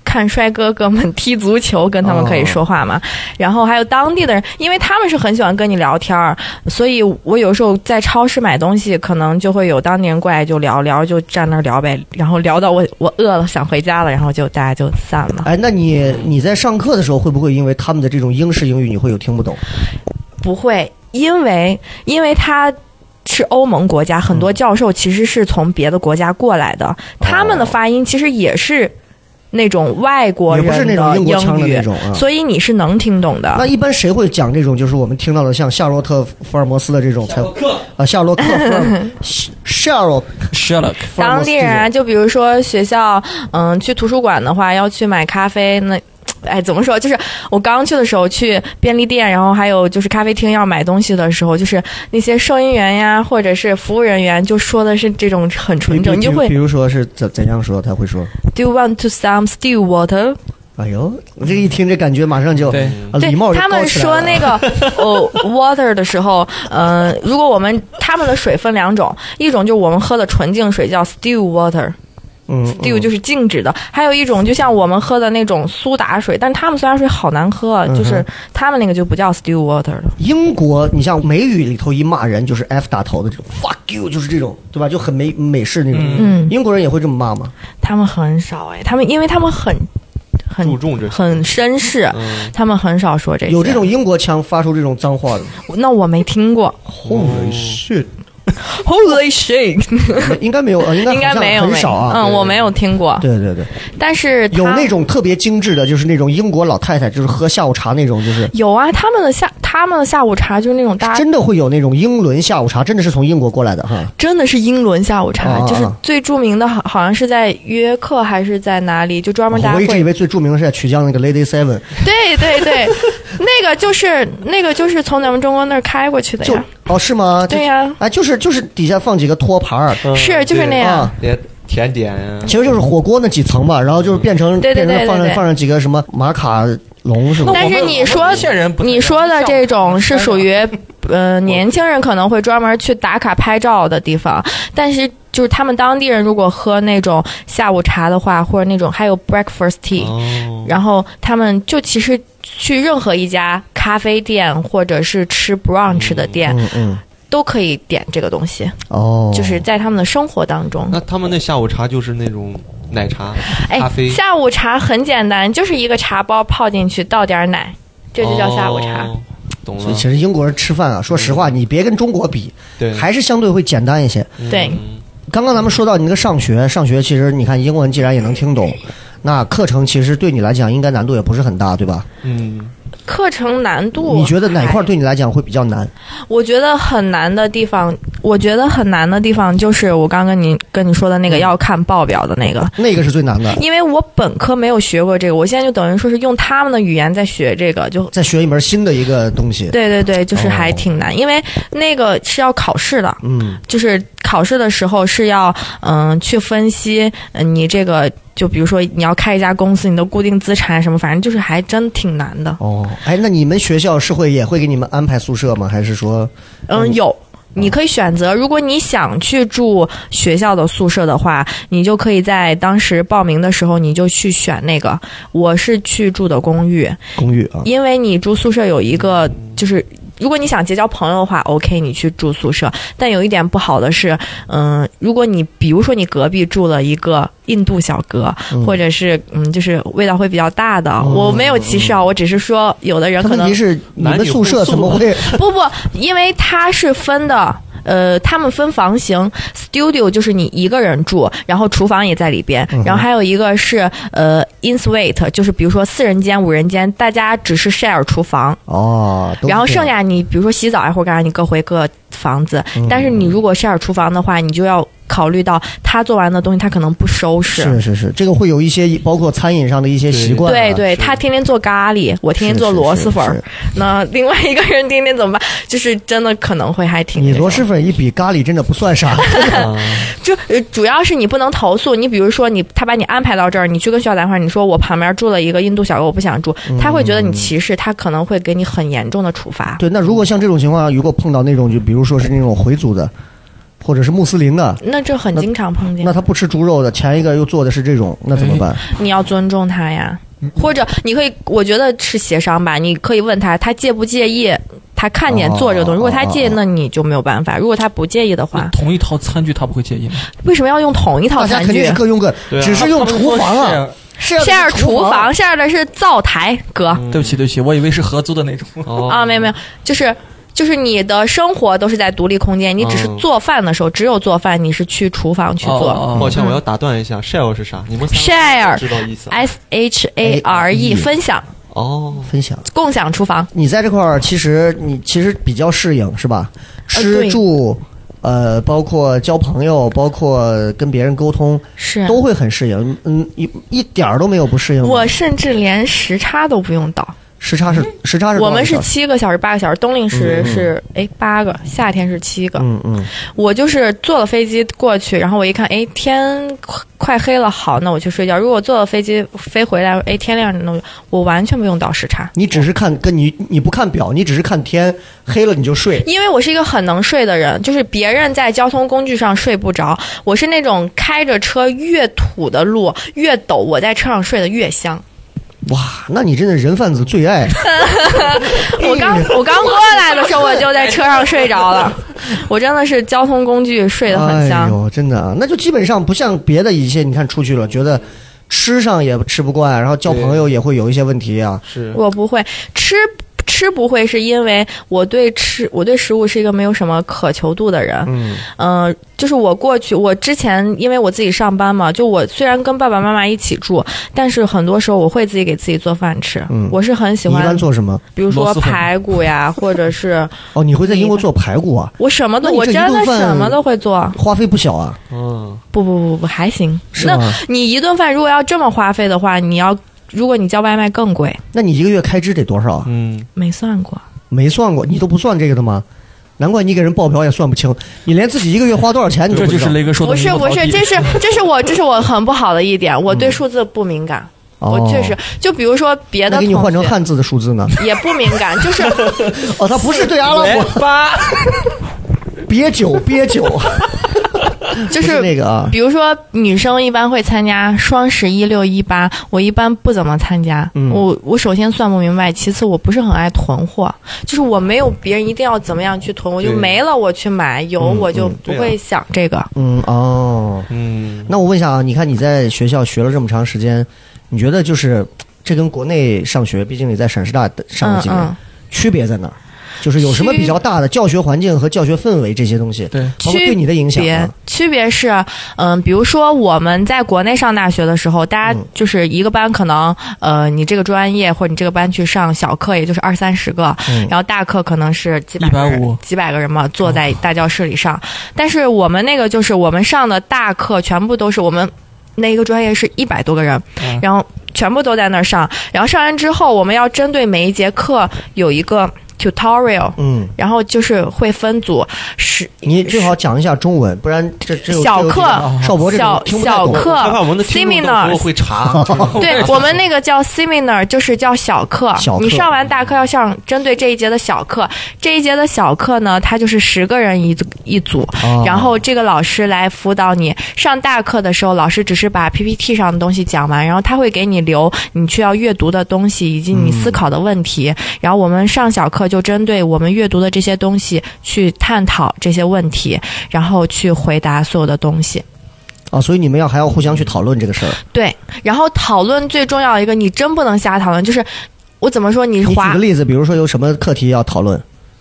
看帅哥哥们踢足球，跟他们可以说话嘛。然后还有当地的人，因为他们是很喜欢跟你聊天儿，所以我有时候在超市买东西，可能就会有当地人过来就聊聊，就站那儿聊呗，然后聊到我我饿了想回家了，然后就大家就散了。哎，那你你在上课的时候，会不会因为他们的这种英式英语，你会有听不懂？不会，因为因为他。是欧盟国家，嗯哦很多教授其实是从别的国家过来的，他们的发音其实也是那种外国也不人的是那种英国腔的语那种啊所以你是能听懂的。那一般谁会讲这种？就是我们听到的像夏洛特·福尔摩斯的这种才啊，夏 洛克·福尔夏洛啊 Sherlock，福尔当摩斯地这人啊，种。就比如说学校，嗯，去图书馆的话要去买咖啡，那。哎，怎么说？就是我刚去的时候去便利店，然后还有就是咖啡厅要买东西的时候，就是那些收银员呀，或者是服务人员，就说的是这种很纯正，你就会比如说是怎怎样说，他会说， Do you want to some still water？哎呦，我这一听这感觉马上就对啊对礼貌就他高们起来说了那个 哦 water 的时候，嗯、如果我们他们的水分两种，一种就是我们喝的纯净水叫 still water，嗯 still 就是静止的，还有一种就像我们喝的那种苏打水，但是他们苏打水好难喝嗯啊，就是他们那个就不叫 still water 了。英国，你像美语里头一骂人就是 F 打头的这种 fuck you，就是这种，对吧？就很美美式那种。嗯英国人也会这么骂吗？他们很少哎，他们因为他们很很注重这些很绅士，啊嗯他们很少说这些。有这种英国腔发出这种脏话的吗那我没听 过？Holy shit！ ，Holy shit， 应该没有，呃应该 应该好像没有很没有少啊。嗯，我没有听过，对对对，但是有他那种特别精致的，就是那种英国老太太，就是喝下午茶那种，就是有啊，他们的下他们的下午茶就是那种大家真的会有那种英伦下午茶，真的是从英国过来的哈。真的是英伦下午茶，啊啊就是最著名的，好好像是在约克还是在哪里，就专门大哦家我会一直以为最著名的是在曲江那个 Lady Seven，对对对，那个就是那个就是从咱们中国那儿开过去的就呀，哦是吗？就啊对啊嗯呀哎就是就是底下放几个托盘儿，嗯是就是那对样啊点甜点呀，其实就是火锅那几层吧，然后就是变成对对对变成放上对对放上几个什么马卡龙是吧？但是你说些人不太你说的这种是属于 呃年轻人可能会专门去打卡拍照的地方，但是就是他们当地人如果喝那种下午茶的话，或者那种还有 breakfast tea，、 哦，然后他们就其实去任何一家咖啡店或者是吃 brunch 的店、嗯嗯都可以点这个东西，哦，就是在他们的生活当中。那他们那下午茶就是那种奶茶、哎咖啡，下午茶很简单，就是一个茶包泡进去，倒点儿奶，这就叫下午茶。哦，懂所以了其，实英国人吃饭啊，说实话，你别跟中国比，对，还是相对会简单一些。对，刚刚咱们说到你那个上学，上学其实你看英文既然也能听懂，那课程其实对你来讲应该难度也不是很大，对吧？嗯，课程难度，你觉得哪块儿？对你来讲会比较难？我觉得很难的地方，我觉得很难的地方就是我刚跟你跟你说的那嗯个要看报表的那个。那个是最难的。因为我本科没有学过这个，我现在就等于说是用他们的语言在学这个，就再学一门新的一个东西，对对对，就是还挺难，因为那个是要考试的，嗯，就是考试的时候是要嗯、去分析呃你这个，就比如说你要开一家公司，你的固定资产啊什么，反正就是还真挺难的。哦，哎，那你们学校是会也会给你们安排宿舍吗？还是说，嗯，有。你可以选择，如果你想去住学校的宿舍的话，你就可以在当时报名的时候，你就去选那个。我是去住的公寓，公寓啊？因为你住宿舍有一个就是。如果你想结交朋友的话，OK，你去住宿舍。但有一点不好的是，嗯、如果你比如说你隔壁住了一个印度小哥，或者是嗯，就是味道会比较大的，我没有歧视啊，我只是说有的人嗯他可问能题是你们宿舍怎么 会？不不，因为它是分的，呃，他们分房型，studio 就是你一个人住，然后厨房也在里边，嗯然后还有一个是呃 in suite，就是比如说四人间、五人间，大家只是 share 厨房。哦，都是然后这剩样下你，比如说洗澡啊或者干啥，你各回各房子。嗯但是你如果 share 厨房的话，你就要考虑到他做完的东西，他可能不收拾。是是是，这个会有一些包括餐饮上的一些习惯啊，对对，他天天做咖喱，我天天是做是螺是蛳粉儿是。那另外一个人天天怎么办？就是真的可能会还挺你那螺种蛳粉一比咖喱真的不算 啥，就呃主要是你不能投诉。你比如说你他把你安排到这儿，你去跟学校打电话，你说我旁边住了一个印度小哥，我不想住，嗯他会觉得你歧视，他可能会给你很严重的处罚。对，那如果像这种情况，如果碰到那种就比如说是那种回族的，或者是穆斯林的，那这很经常碰见那，他不吃猪肉的，前一个又做的是这种，那怎么办？你要尊重他呀，或者你可以，我觉得是协商吧，你可以问他，他介不介意。他看见做这个东西，如果他介意，那你就没有办法；如果他不介意的啊话，同一套餐具他不会介意吗？为什么要用同一套大家餐肯定具是各用各，对啊只是用厨房他啊们，是？share 厨厨房，share 嗯的是灶台，哥。嗯啊对不起，对不起，我以为是合租的那种。哦啊，没有没有，就是就是你的生活都是在独立空间，你只是嗯做饭的时候，只有做饭你是去厨房去做。哦抱歉，我要打断一下，share 是啥？你们三个 Share 哎知道意思啊？ S H A R E 分享哦，分享。共享厨房，你在这块儿，其实你其实比较适应，是吧？吃呃对住，呃，包括交朋友，包括跟别人沟通，是都会很适应。嗯，一一点儿都没有不适应的。我甚至连时差都不用倒，时差是时差是多我少们是小时七个小时、八个小时，冬令时是哎八个，夏天是七个。嗯嗯，我就是坐了飞机过去，然后我一看，哎，天快快黑了，好，那我去睡觉。如果坐了飞机飞回来，哎，天亮了，那我我完全不用倒时差。你只是看跟你你不看表，你只是看天黑了你就睡。因为我是一个很能睡的人，就是别人在交通工具上睡不着，我是那种开着车越土的路越陡，我在车上睡得越香。哇，那你真的人贩子最爱。哎我刚我刚过来的时候，我就在车上睡着 了，我真的是交通工具睡得很哎香。呦，真的啊，那就基本上不像别的一些，你看出去了，觉得吃上也吃不惯，然后交朋友也会有一些问题啊。是我不会吃吃不会，是因为我对吃我对食物是一个没有什么渴求度的人。嗯，嗯，就是我过去，我之前因为我自己上班嘛，就我虽然跟爸爸妈妈一起住，但是很多时候我会自己给自己做饭吃。嗯我是很喜你一欢般，做什么？比如螺说蛳粉排骨呀，或者是哦，你会在英国做排骨啊？我什么都， 那你我这真一顿的饭什么都会做。花费不小啊，嗯，不不不不，还行。是那吗？你一顿饭如果要这么花费的话，你要如果你叫外卖更贵，那你一个月开支得多少啊？嗯，没算过。没算过，你都不算这个的吗？难怪你给人报表也算不清，你连自己一个月花多少钱你都这不就知是道。雷哥说的不是猕猴不是，桃这是这是我这是我很不好的一点，我嗯对数字不敏感。我确实，就比如说别的哦那给同你换成学汉字的数字呢？也不敏感， 就是哦，它不是对阿拉伯八，憋酒憋酒，就不是那个啊。比如说女生一般会参加双十一、六一八，我一般不怎么参加。嗯我我首先算不明白，其次我不是很爱囤货，就是我没有别人一定要怎么样去囤，我就对没了我去买，有我就不对啊会想这个。嗯哦，嗯，那我问一下啊，你看你在学校学了这么长时间，你觉得就是这跟国内上学，毕竟你在陕师大上了嗯几年，嗯，区别在哪儿？就是有什么比较大的教学环境和教学氛围这些东西，对，包括对你的影响别啊？区别是，嗯、比如说我们在国内上大学的时候，大家嗯就是一个班可能，呃，你这个专业或者你这个班去上小课，也就是二三十个，嗯哦然后大课可能是几百150个人几百个人嘛，坐在大教室里上。但是我们那个就是我们上的大课全部都是我们那一个专业是一百多个人，嗯然后全部都在那儿上。然后上完之后，我们要针对每一节课有一个 tutorial。嗯，然后就是会分组，是你最好讲一下中文，不然这这有小这有课几个少博这种小听不太小懂。课害怕我们的听众到时 seminar 候会查。 对我们那个叫 seminar，就是叫小课。小课你上完大课要上针对这一节的小课，这一节的小课呢，它就是十个人一组一组，哦然后这个老师来辅导你。上大课的时候，老师只是把 PPT 上的东西讲完，然后他会给你留你需要阅读的东西以及你思考的问题。然后我们上小课就针对我们阅读的这些东西去探讨这些问题，然后去回答所有的东西。啊，所以你们要还要互相去讨论这个事儿。对，然后讨论最重要一个，你真不能瞎讨论，就是。我怎么说？你你举划个例子，比如说有什么课题要讨论？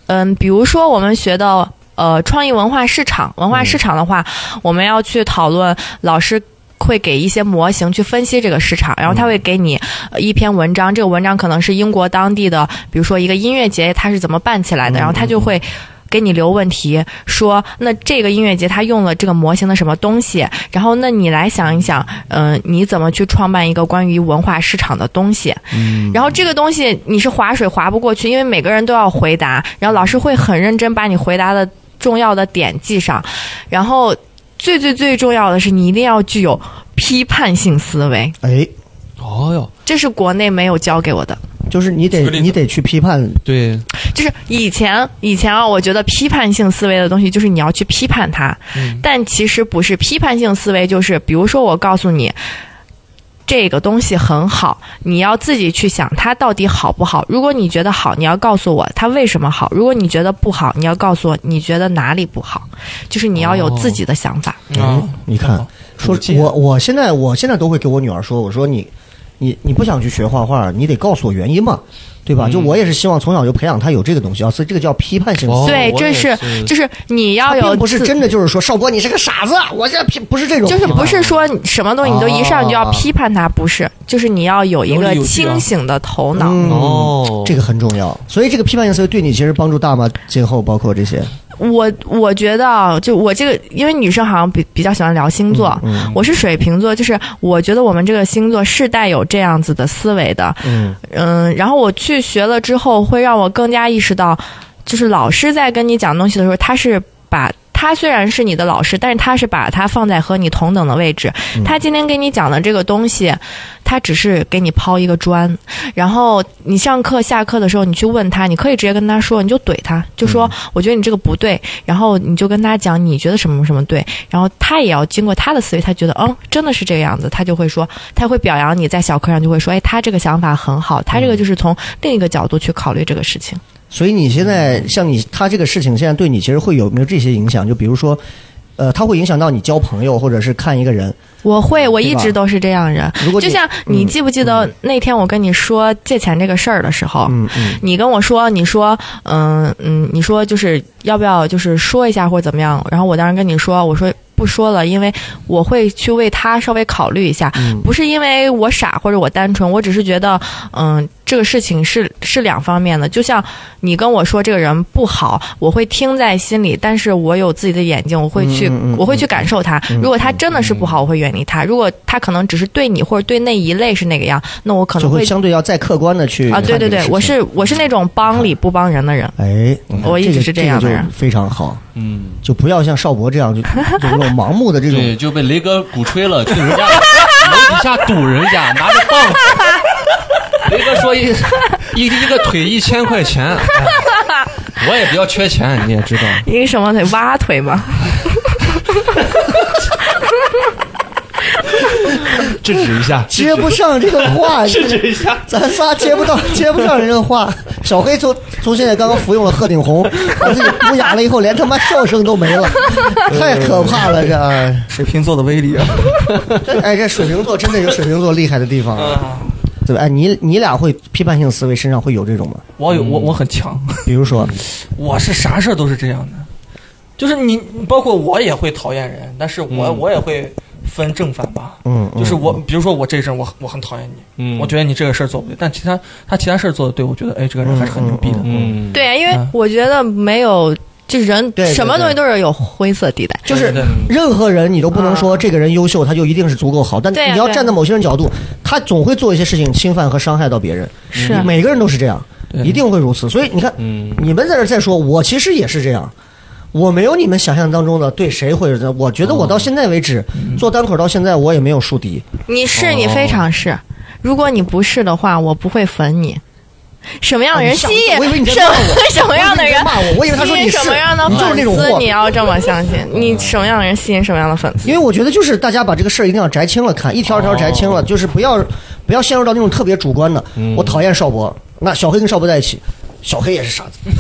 嗯，比如说我们学的呃创意文化市场，文化市场的话，我们要去讨论老师。会给一些模型去分析这个市场，然后他会给你呃一篇文章，这个文章可能是英国当地的，比如说一个音乐节它是怎么办起来的，然后他就会给你留问题，说那这个音乐节它用了这个模型的什么东西，然后那你来想一想，嗯、你怎么去创办一个关于文化市场的东西？然后这个东西你是划水划不过去，因为每个人都要回答，然后老师会很认真把你回答的重要的点记上，然后最最最重要的是你一定要具有批判性思维，哎，哦哟，这是国内没有教给我的。就是你举得个例子你得去批判，对，就是以前以前啊，我觉得批判性思维的东西就是你要去批判它，但其实不是批判性思维，就是比如说我告诉你。这个东西很好，你要自己去想它到底好不好。如果你觉得好，你要告诉我它为什么好；如果你觉得不好，你要告诉我你觉得哪里不好。就是你要有自己的想法。啊，你看，说主见我我现在我现在都会给我女儿说，我说你你你不想去学画画，你得告诉我原因嘛，对吧？就我也是希望从小就培养他有这个东西啊，所以这个叫批判性思哦维。对，我这也是是就是你要他有并不是自真的就是说少波你是个傻子，我这批不是这种批就判，是不是说你什么东西你都一上来就要啊批判它，不是，就是你要有一有个理有据啊清醒的头脑。嗯哦这个很重要。所以这个批判性思维对你其实帮助大吗？今后包括这些，我我觉得啊，就我这个，因为女生好像比比较喜欢聊星座，嗯我是水瓶座，就是我觉得我们这个星座是带有这样子的思维的，嗯嗯，然后我去学了之后，会让我更加意识到，就是老师在跟你讲东西的时候，他是把。他虽然是你的老师，但是他是把他放在和你同等的位置。他今天给你讲的这个东西，他只是给你抛一个砖，然后你上课下课的时候，你去问他，你可以直接跟他说，你就怼他，就说、我觉得你这个不对，然后你就跟他讲你觉得什么什么对，然后他也要经过他的思维，他觉得嗯真的是这个样子，他就会说，他会表扬你在小课上就会说，哎，他这个想法很好，嗯他这个就是从另一个角度去考虑这个事情。所以你现在像你他这个事情，现在对你其实会有没有这些影响？就比如说，呃，他会影响到你交朋友，或者是看一个人。我会，我一嗯对直吧都是这样人如果。你嗯就像你记不记得那天我跟你说借钱这个事儿的时候，嗯嗯你跟我说，你说，嗯嗯，你说就是要不要就是说一下或者怎么样？然后我当时跟你说，我说不说了，因为我会去为他稍微考虑一下，嗯不是因为我傻或者我单纯，我只是觉得，嗯，这个事情是是两方面的。就像你跟我说这个人不好，我会听在心里，但是我有自己的眼睛，我会去，嗯嗯嗯嗯我会去感受他。如果他真的是不好，我会远离他；如果他可能只是对你或者对那一类是那个样，那我可就能会相对要再客观的去啊，对看这对个对事，情我是我是那种帮理不帮人的人。哎，你看我一直这个是这样的这个人就非常好，嗯，就不要像邵博这样就有那种盲目的这对，种。就被雷哥鼓吹了，去人家楼底下堵人家，拿着棒子。雷哥说一一一个腿一千块钱，哎我也比较缺钱，你也知道。一个什么腿蛙腿吗？嗯制止一下，接不上这个 话，制止一下，咱仨接不到， 接不上人家话。小黑从从现在刚刚服用了鹤顶红， 把自己补哑了以后，连他妈笑声都没 了，太可怕了！这哎水瓶座的威力啊！这哎，这水瓶座真的有水瓶座厉害的地方，嗯对吧？哎，你你俩会批判性思维身上会有这种吗？我有嗯我我很强，比如说，我是啥事儿都是这样的，就是你包括我也会讨厌人，但是我、嗯我也会分正反吧。嗯，嗯就是我，比如说我这阵我我很讨厌你，嗯我觉得你这个事儿做不对，但其他他其他事儿做的对，我觉得哎，这个人还是很牛逼的。嗯，对啊，因为嗯我觉得没有，就人对对嗯什么东西都是有灰色地带。就是对嗯任何人，你都不能说这个人优秀，他就一定是足够好。但对呀你要对呀啊站在某些人角度，他总会做一些事情侵犯和伤害到别人。是你每个人都是这样，对一定会如此。所以你看，你们在这儿在说，我其实也是这样。我没有你们想象当中的对谁会是这样，我觉得我到现在为止、做单口到现在，我也没有树敌。你是哦你非常是，如果你不是的话，我不会粉你。什么样的啊人你吸想引我以为你在什骂么 我什么样的人骂我，我以为他吸说引你是什么样的你就是粉那种丝货？，你啊要这么相信。你什么样的人吸引什么样的粉丝因？为我觉得就是大家把这个事儿一定要摘清了看，一条一条摘清了，就是不要不要陷入到那种特别主观的。我讨厌邵博，那小黑跟邵博在一起，小黑也是傻子。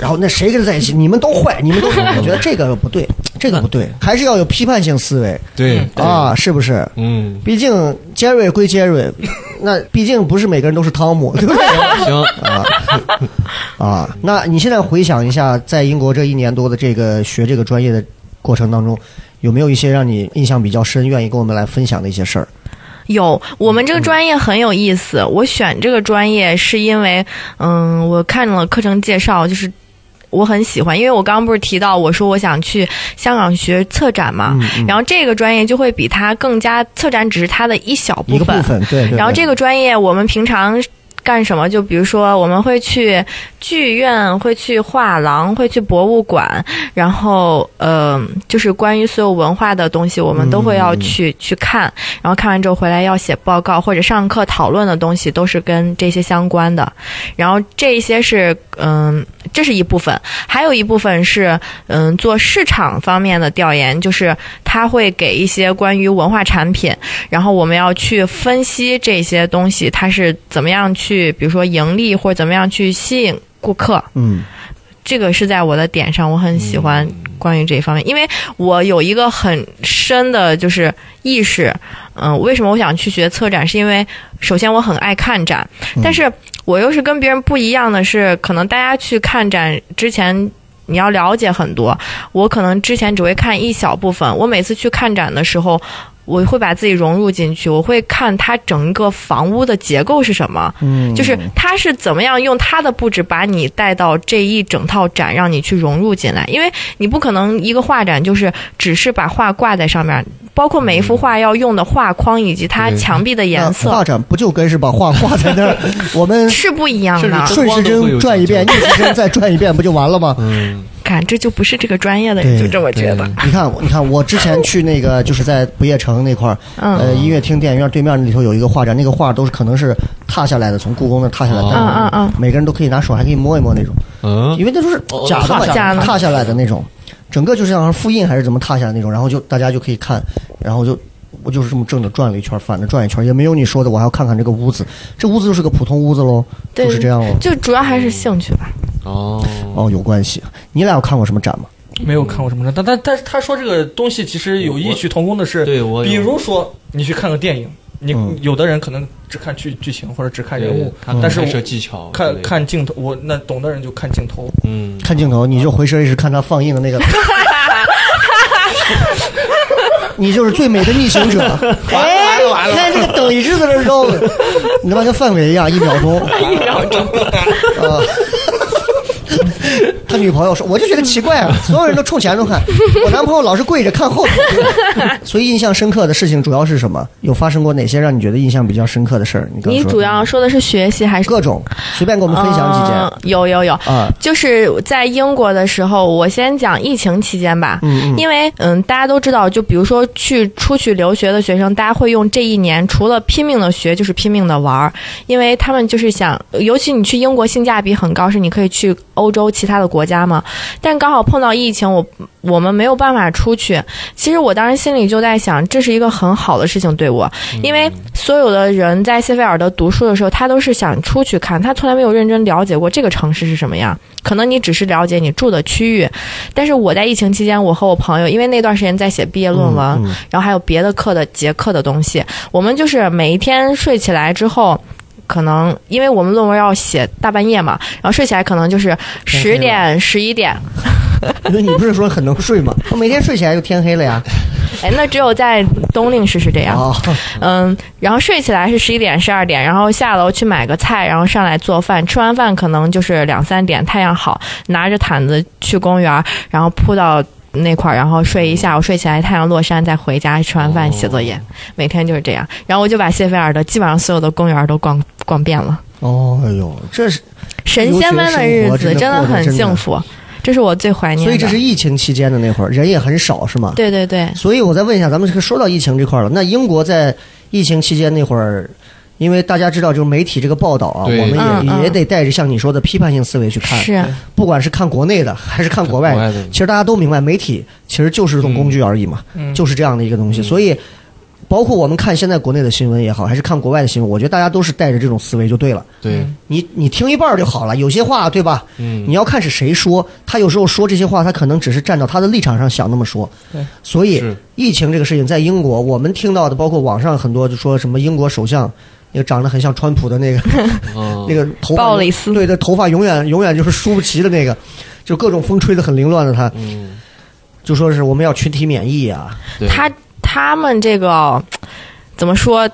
然后那谁跟他在一起？你们都坏，你们都什么？我觉得这个不对，这个不对，还是要有批判性思维对，啊，是不是？嗯，毕竟杰瑞归杰瑞， 那毕竟不是每个人都是汤姆， 对不对？行，啊，那你现在回想一下，在英国这一年多的这个学这个专业的过程当中，有没有一些让你印象比较深、愿意跟我们来分享的一些事儿？有，我们这个专业很有意思。我选这个专业是因为，嗯，我看了课程介绍，就是我很喜欢，因为我刚刚不是提到我说我想去香港学策展嘛，嗯嗯然后这个专业就会比它更加策展只是它的一小一个部分，对对对。然后这个专业我们平常干什么？就比如说我们会去剧院，会去画廊，会去博物馆，然后呃，就是关于所有文化的东西，我们都会嗯要去、去看。然后看完之后回来要写报告，或者上课讨论的东西都是跟这些相关的。然后这一些是嗯，这是一部分，还有一部分是嗯做市场方面的调研，就是他会给一些关于文化产品，然后我们要去分析这些东西它是怎么样去，比如说盈利或者怎么样去吸引顾客。嗯，这个是在我的点上，我很喜欢关于这一方面，因为我有一个很深的就是意识，嗯、为什么我想去学策展，是因为首先我很爱看展，但是我又是跟别人不一样的是，可能大家去看展之前。你要了解很多，我可能之前只会看一小部分。我每次去看展的时候，我会把自己融入进去，我会看它整个房屋的结构是什么，嗯就是它是怎么样用它的布置把你带到这一整套展，让你去融入进来。因为你不可能一个画展就是只是把画挂在上面，包括每一幅画要用的画框以及它对墙壁的颜那色画展不就跟是把画画在 那儿，我们是啊不一样的是。顺时针转一遍，逆时针再转一遍，不就完了吗？嗯，看，这就不是这个专业的人对就这么觉得。 你看，你看，我之前去那个就是在不夜城那块儿，嗯呃，音乐厅电影院对面里头有一个画展，那个画都是可能是踏下来的，从故宫那踏下来的，哦嗯嗯嗯每个人都可以拿手还可以摸一摸那种，嗯因为那都是哦假的踏嘛，下来的踏下来的那种，整个就是好像复印还是怎么踏下来那种，然后就大家就可以看，然后就。我就是这么正着转了一圈，反着转一圈，也没有你说的我还要看看这个屋子，这屋子就是个普通屋子喽，对就是这样喽。就主要还是兴趣吧。哦，哦，有关系。你俩有看过什么展吗？ 没有看过什么展，但但但是他说这个东西其实有异曲同工的是，对我有比如说你去看个电影，你嗯有的人可能只看剧剧情或者只看人物，看但是嗯拍摄我技巧之类看的，看镜头，我那懂的人就看镜头，嗯，看镜头，你就回身一直看他放映的那 个。你就是最美的逆 行者，哎，你看这个等一直在这儿 绕，你他妈跟范伟一样，一秒钟， 一秒钟啊！他女朋友说，我就觉得奇怪啊，所有人都冲前头看，我男朋友老是跪着看后头。 所以印象深刻的事情主要是什么？有发生过哪些让你觉得印象比较深刻的事儿？你刚你说主要说的是学习还是各种，随便给我们分享几件嗯有有有，啊。就是在英国的时候，我先讲疫情期间吧，嗯嗯因为嗯，大家都知道，就比如说去出去留学的学生，大家会用这一年除了拼命的学，就是拼命的玩儿，因为他们就是想，尤其你去英国性价比很高，是你可以去欧洲其他的国家嘛，但刚好碰到疫情，我我们没有办法出去。其实我当时心里就在想，这是一个很好的事情对我，因为所有的人在谢菲尔德读书的时候，他都是想出去看，他从来没有认真了解过这个城市是什么样。可能你只是了解你住的区域，但是我在疫情期间，我和我朋友，因为那段时间在写毕业论文，然后还有别的课的结课的东西，我们就是每一天睡起来之后。可能因为我们论文要写大半夜嘛，然后睡起来可能就是十点十一点， 因为你不是说很能睡吗？ 我每天睡起来就天黑了呀。哎，那只有在冬令时是这样。啊，嗯，然后睡起来是十一点、十二点，然后下楼去买个菜，然后上来做饭。吃完饭可能就是两三点，太阳好，拿着毯子去公园，然后铺到那块儿，然后睡一下午。睡起来太阳落山，再回家吃完饭哦写作业，每天就是这样。然后我就把谢菲尔德基本上所有的公园都逛逛遍了，哦，哎呦，这是神仙般的日子留学生活真的的过得很真的幸福，这是我最怀念的。所以哎这是疫情期间的那会儿，人也很少是吗？。对对对，所以我再问一下，咱们这个说到疫情这块儿了，那英国在疫情期间那会儿，因为大家知道就是媒体这个报道啊，我对们也、嗯嗯也得带着像你说的批判性思维去看，是不管是看国内的还是看国外国外的的，其实大家都明白，媒体其实就是一种工具而已嘛，嗯就是这样的一个东西。所以，包括我们看现在国内的新闻也好，还是看国外的新闻，我觉得大家都是带着这种思维就对了。对，你你听一半儿就好了，有些话对吧？嗯你要看是谁说，他有时候说这些话，他可能只是站到他的立场上想那么说。所以是疫情这个事情，在英国我们听到的，包括网上很多就说什么英国首相。那个长得很像川普的那个嗯那个头发，鲍里斯对对，头发永远永远就是梳不齐的那个，就各种风吹得很凌乱的他，嗯，就说是我们要群体免疫啊，对，他他们这个怎么说？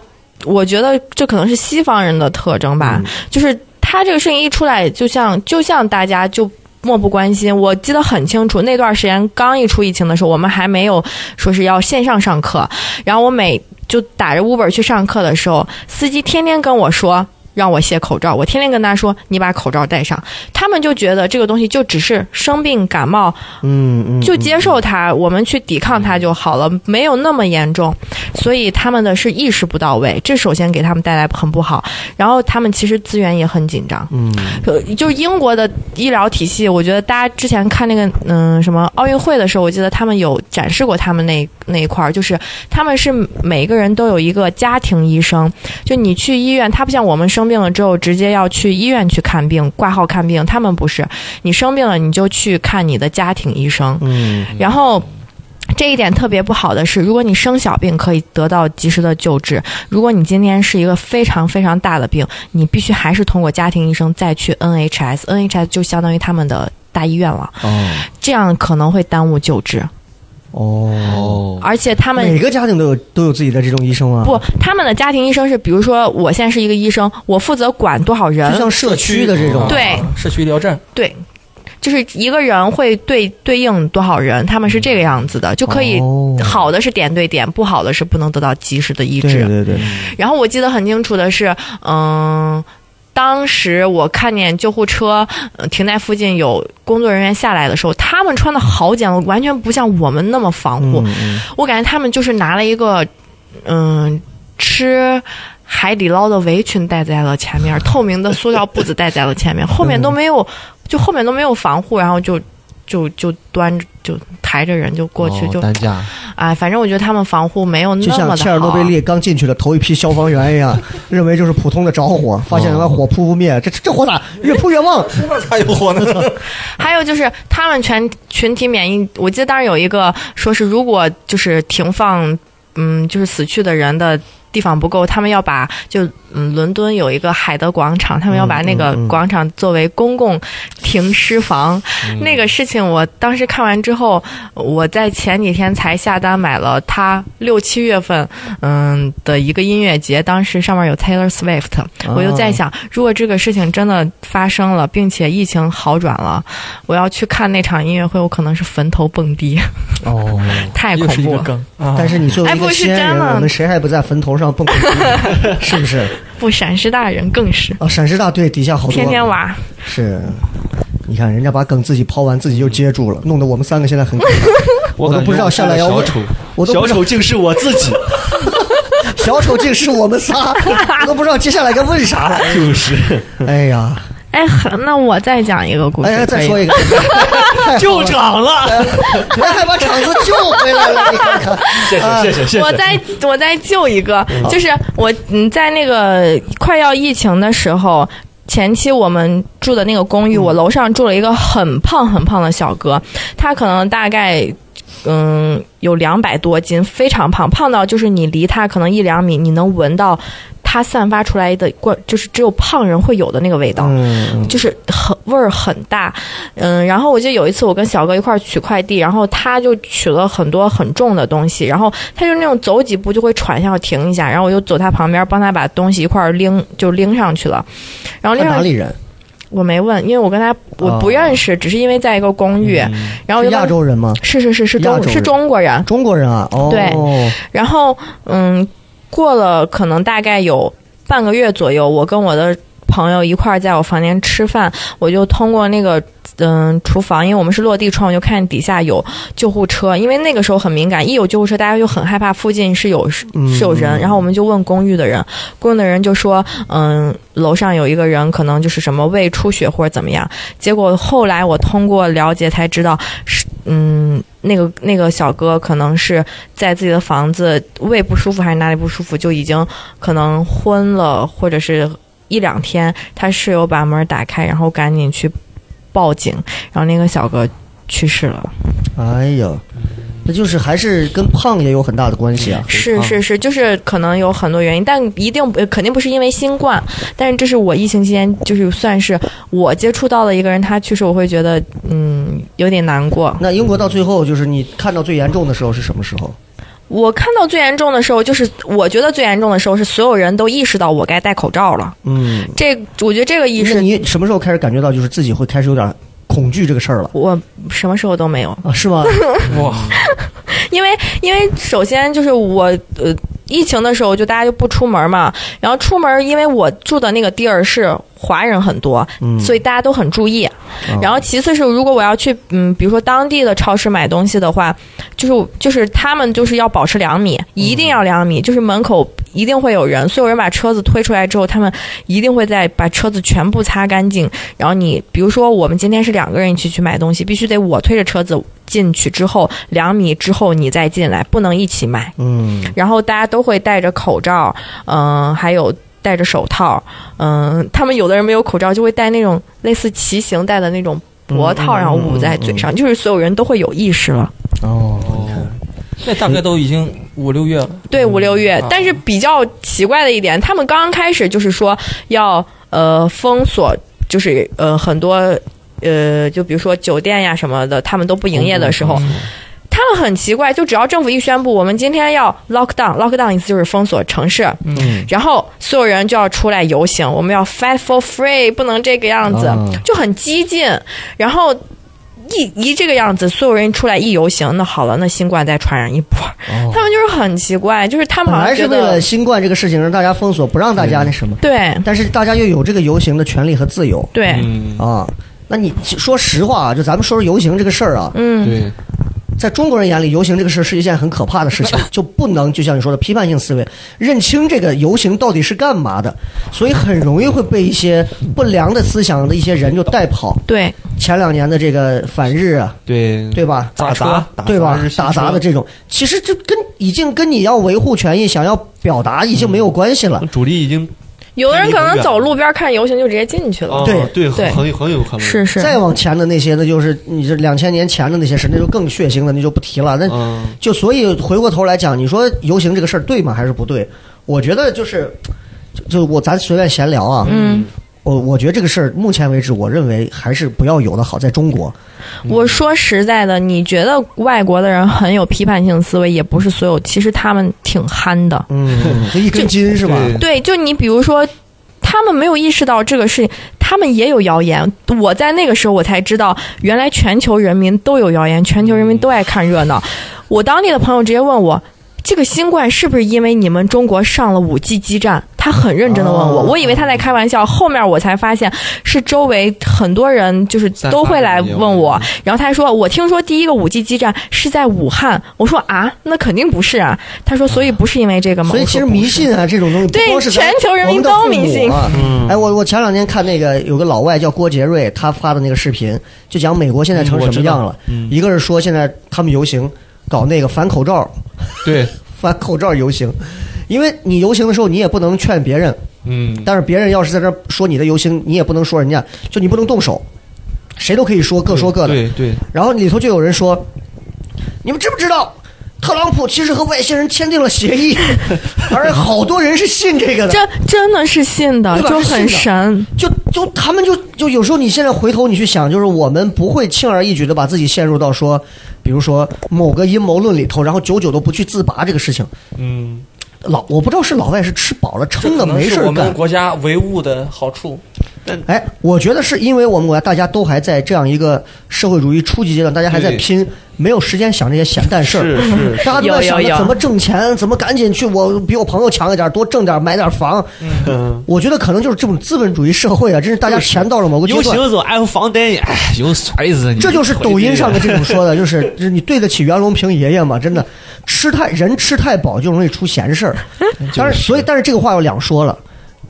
我觉得这可能是西方人的特征吧，就是他这个事情一出来，就像就像大家就。漠不关心，我记得很清楚，那段时间刚一出疫情的时候，我们还没有说是要线上上课，然后我每就打着 Uber 去上课的时候，司机天天跟我说让我卸口罩，我天天跟他说你把口罩戴上，他们就觉得这个东西就只是生病感冒，嗯嗯，就接受它，我们去抵抗它就好了，没有那么严重。所以他们的是意识不到位，这首先给他们带来很不好。然后他们其实资源也很紧张，嗯，呃就是英国的医疗体系，我觉得大家之前看那个嗯、什么奥运会的时候，我记得他们有展示过他们那那一块儿，就是他们是每个人都有一个家庭医生，就你去医院，他不像我们生病了之后直接要去医院去看病挂号看病，他们不是，你生病了你就去看你的家庭医生，嗯，然后。这一点特别不好的是，如果你生小病可以得到及时的救治，如果你今天是一个非常非常大的病，你必须还是通过家庭医生再去 NHS，NHS 就相当于他们的大医院了，哦这样可能会耽误救治，哦，哦，而且他们每个家庭都有都有自己的这种医生啊，不，他们的家庭医生是，比如说我现在是一个医生，我负责管多少人就，像社区的这种，对啊社区医疗站，对，就是一个人会对对应多少人，他们嗯是这个样子的，就可以哦好的是点对点，不好的是不能得到及时的医对治。对对，然后我记得很清楚的是，嗯。当时我看见救护车、呃停在附近有工作人员下来的时候，他们穿的好简陋，完全不像我们那么防护。嗯我感觉他们就是拿了一个，嗯，吃海底捞的围裙戴在了前面，透明的塑料布子戴在 了前面，后面都没有，就后面都没有防护，然后就就就端着就抬着人就过去，哦就担架，哎，反正我觉得他们防护没有就那么像切的尔诺贝好。利刚进去的头一批消防员一 样，认为就是普通的着火，发现原来哦火扑不灭，这这火咋越扑越旺？还有火呢，还有就是他们全群体免疫，我记得当时有一个说是如果就是停放，嗯，就是死去的人的。地方不够，他们要把就嗯，伦敦有一个海德广场，他们要把那个广场作为公共停尸房。嗯那个事情，我当时看完之后，我在前几天才下单买了他六七月份嗯的一个音乐节，当时上面有 Taylor Swift，我啊就哦在想，如果这个事情真的发生了，并且疫情好转了，我要去看那场音乐会，我可能是坟头蹦迪，哦，太恐又是一怖个了。梗啊！但是你作为哎一不个是西安真人，的我们谁还不在坟头上蹦过迪？ 是不是？不，陕师大人更是啊，陕师大队底下好多天天娃，是。你看，人家把梗自己抛完，自己就接住了，弄得我们三个现在很尴 尬。我都感觉不知道下来要小问，丑，我都不小知道丑竟是我自己， 小丑竟是我们仨， 我都不知道接下来该问啥了。就是哎呀，哎，那我再讲一个故事，哎，再说一个， 救场了，哎，还把场子救回来了，你看看。谢谢谢谢谢谢，我再我再救一个，就是我嗯，在那个快要疫情的时候。前期我们住的那个公寓，嗯我楼上住了一个很胖很胖的小哥，他可能大概嗯有两百多斤，非常胖，胖到就是你离他可能一两米，你能闻到他散发出来的怪，就是只有胖人会有的那个味道。嗯，就是很味儿很大，嗯，然后我记得有一次我跟小哥一块儿取快递，然后他就取了很多很重的东西，然后他就那种走几步就会喘一下，停一下，然后我就走他旁边帮他把东西一块儿拎就拎上去了，然后他拎哪上里人？我没问，因为我跟他我不认识，只是因为在一个公寓，然哦后我嗯是就问亚洲人吗？是是是是亚中洲人是中国人，中国人啊？哦，对然后嗯，过了可能大概有半个月左右，我跟我的朋友一块儿在我房间吃饭，我就通过那个。嗯，厨房，因为我们是落地窗，我就看底下有救护车，因为那个时候很敏感，一有救护车，大家就很害怕附近是有是是有人，然后我们就问公寓的人，公寓的人就说，嗯，楼上有一个人可能就是什么胃出血或者怎么样，结果后来我通过了解才知道，是嗯，那个那个小哥可能是在自己的房子胃不舒服还是哪里不舒服，就已经可能昏了，或者是一两天，他室友把门打开，然后赶紧去报警，然后那个小哥去世了。哎呀，那就是还是跟胖也有很大的关系啊。是是是，就是可能有很多原因，但一定不呃肯定不是因为新冠，但是这是我疫情期间就是算是我接触到的一个人他去世，我会觉得嗯有点难过。那英国到最后就是你看到最严重的时候是什么时候？我看到最严重的时候，就是我觉得最严重的时候是所有人都意识到我该戴口罩了。嗯，这我觉得这个意那识，你什么时候开始感觉到就是自己会开始有点恐惧这个事儿了？我什么时候都 没有，啊，是吗？哇，因为因为首先就是我呃疫情的时候就大家就不出门嘛，然后出门，因为我住的那个地儿是华人很多，嗯所以大家都很注意。啊然后其次是，如果我要去嗯，比如说当地的超市买东西的话，就是就是他们就是要保持两米，一定要两米，就是门口一定会有人，所有人把车子推出来之后，他们一定会再把车子全部擦干净。然后你比如说我们今天是两个人一起去买东西，必须得我推着车子进去之后两米之后你再进来，不能一起买。嗯，然后大家都会戴着口罩，嗯、还有戴着手套，嗯、他们有的人没有口罩，就会戴那种类似骑行戴的那种脖套，然后捂在嘴上，就是所有人都会有意识了。哦，那大概都已经五六月了，嗯啊对，五六月，但是比较奇怪的一点，他们刚刚开始就是说要呃封锁，就是呃很多呃，就比如说酒店呀什么的，他们都不营业的时候。他们很奇怪，就只要政府一宣布我们今天要 lock down，lock down 意思就是封锁城市，嗯，然后所有人就要出来游行，我们要 fight for free，不能这个样子，啊就很激进。然后一一这个样子，所有人出来一游行，那好了，那新冠再传染一波。哦他们就是很奇怪，就是他们本好来像是觉为得了新冠这个事情让大家封锁，不让大家那什么，对但是大家又有这个游行的权利和自由对，嗯，啊。那你说实话啊，就咱们说说游行这个事儿啊，嗯，对，在中国人眼里，游行这个事儿是一件很可怕的事 情，就不能就像你说的批判性思维，认清这个游行到底是干嘛的，所以很容易会被一些不良的思想的一些人就带跑。对前两年的这个反日啊，对，对吧？打砸嗯打对吧砸日？系打砸的车这种，其实这跟已经跟你要维护权益、想要表达已经没有关系了。嗯主力已经有的人可能走路边看游行就直接进去了，哦对对对很有很有可能是是，再往前的那些，那就是你这两千年前的那些事，那就更血腥了，那就不提了。那嗯，就所以回过头来讲，你说游行这个事儿对吗？还是不对？我觉得就是，就就我咱随便闲聊啊。嗯，我我觉得这个事儿，目前为止，我认为还是不要有的好。在中国，嗯我说实在的，你觉得外国的人很有批判性思维，也不是所有，其实他们挺憨的。 嗯，这一根筋是吧？对对，就你比如说，他们没有意识到这个事情，他们也有谣言。我在那个时候我才知道，原来全球人民都有谣言，全球人嗯民都爱看热闹。我当地的朋友直接问我。这个新冠是不是因为你们中国上了五 G 基站？他很认真的问我，哦我以为他在开玩笑，后面我才发现是周围很多人就是散发都会来谣言问我，然后他还说我听说第一个五 G 基站是在武汉，我说啊，那肯定不是啊。他说所以不是因为这个吗？所以我说其实不迷是信啊这种东西，不对光是咱全球人民我们的都父母迷信啊。嗯哎，我我前两天看那个有个老外叫郭杰瑞，他发的那个视频就讲美国现在成嗯我什么知道样了。嗯一个是说现在他们游行搞那个反口罩，对，反口罩游行，因为你游行的时候你也不能劝别人，嗯，但是别人要是在这儿说你的游行，你也不能说人家，就你不能动手，谁都可以说，各说各的。对对，然后里头就有人说：“你们知不知道，特朗普其实和外星人签订了协议， 而且好多人是信这个的。”这真的是信的，对吧就是信很的神。就就他们就就有时候你现在回头你去想，就是我们不会轻而易举的把自己陷入到说，比如说某个阴谋论里头，然后久久都不去自拔这个事情。嗯，老我不知道是老外是吃饱了撑可的能没事是儿我们干，国家唯物的好处。哎，我觉得是因为我们国家大家都还在这样一个社会主义初级阶段，大家还在对拼，没有时间想这些闲蛋事儿。是是大家都在想有着有有怎么挣钱，怎么赶紧去我比我朋友强一点，多挣点，买点房。嗯， 我觉得可能就是这种资本主义社会啊，真是大家钱到了某个阶有段，行走，俺有房贷，哎，有啥意思？你这就是抖音上的这种说 的，就是就是你对得起袁隆平爷爷吗？真的，吃太人吃太饱就容易出闲 事儿。但是所以，但是这个话有两说了，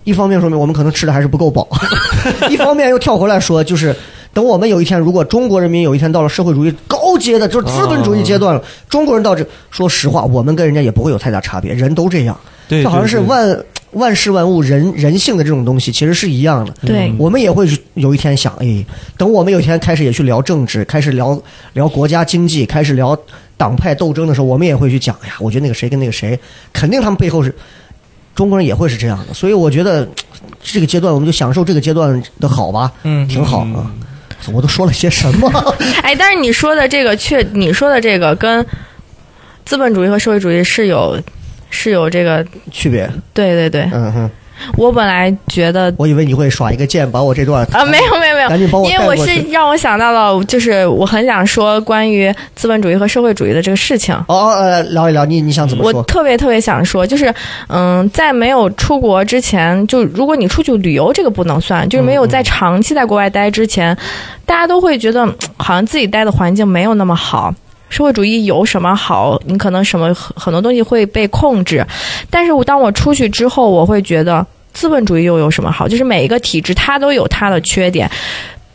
一方面说明我们可能吃的还是不够饱， 一方面又跳回来说，就是等我们有一天，如果中国人民有一天到了社会主义高阶的，就是资本啊主义阶段了，中国人到这，说实话，我们跟人家也不会有太大差别，人都这样。对这好像是对对万万事万物人人性的这种东西，其实是一样的。嗯嗯对哎嗯我们也会有一天想，哎，等我们有一天开始也去聊政治，开始聊聊国家经济，开始聊党派斗争的时候，我们也会去讲，哎呀，我觉得那个谁跟那个谁，肯定他们背后是中国人也会是这样的。所以我觉得这个阶段我们就享受这个阶段的好吧，嗯挺好啊。我都说了些什么？哎，但是你说的这个确，你说的这个跟资本主义和社会主义是有是有这个，区别？对对对，嗯哼，我本来觉得我以为你会耍一个剑把我这段 啊，没有没有没有，赶紧嗯帮我因带为我过是去让我想到了，就是我很想说关于资本主义和社会主义的这个事情。哦哦呃聊一聊你你想怎么我说？特别特别想说，就是，嗯，在没有出国之前，就如果你出去旅游，这个不能算，就是嗯没有在长期在国外待之前，大家都会觉得嗯好像自己待的环境没有那么好。社会主义有什么好？你可能什么很很多东西会被控制，但是我当我出去之后，我会觉得资本主义又有什么好？就是每一个体制它都有它的缺点，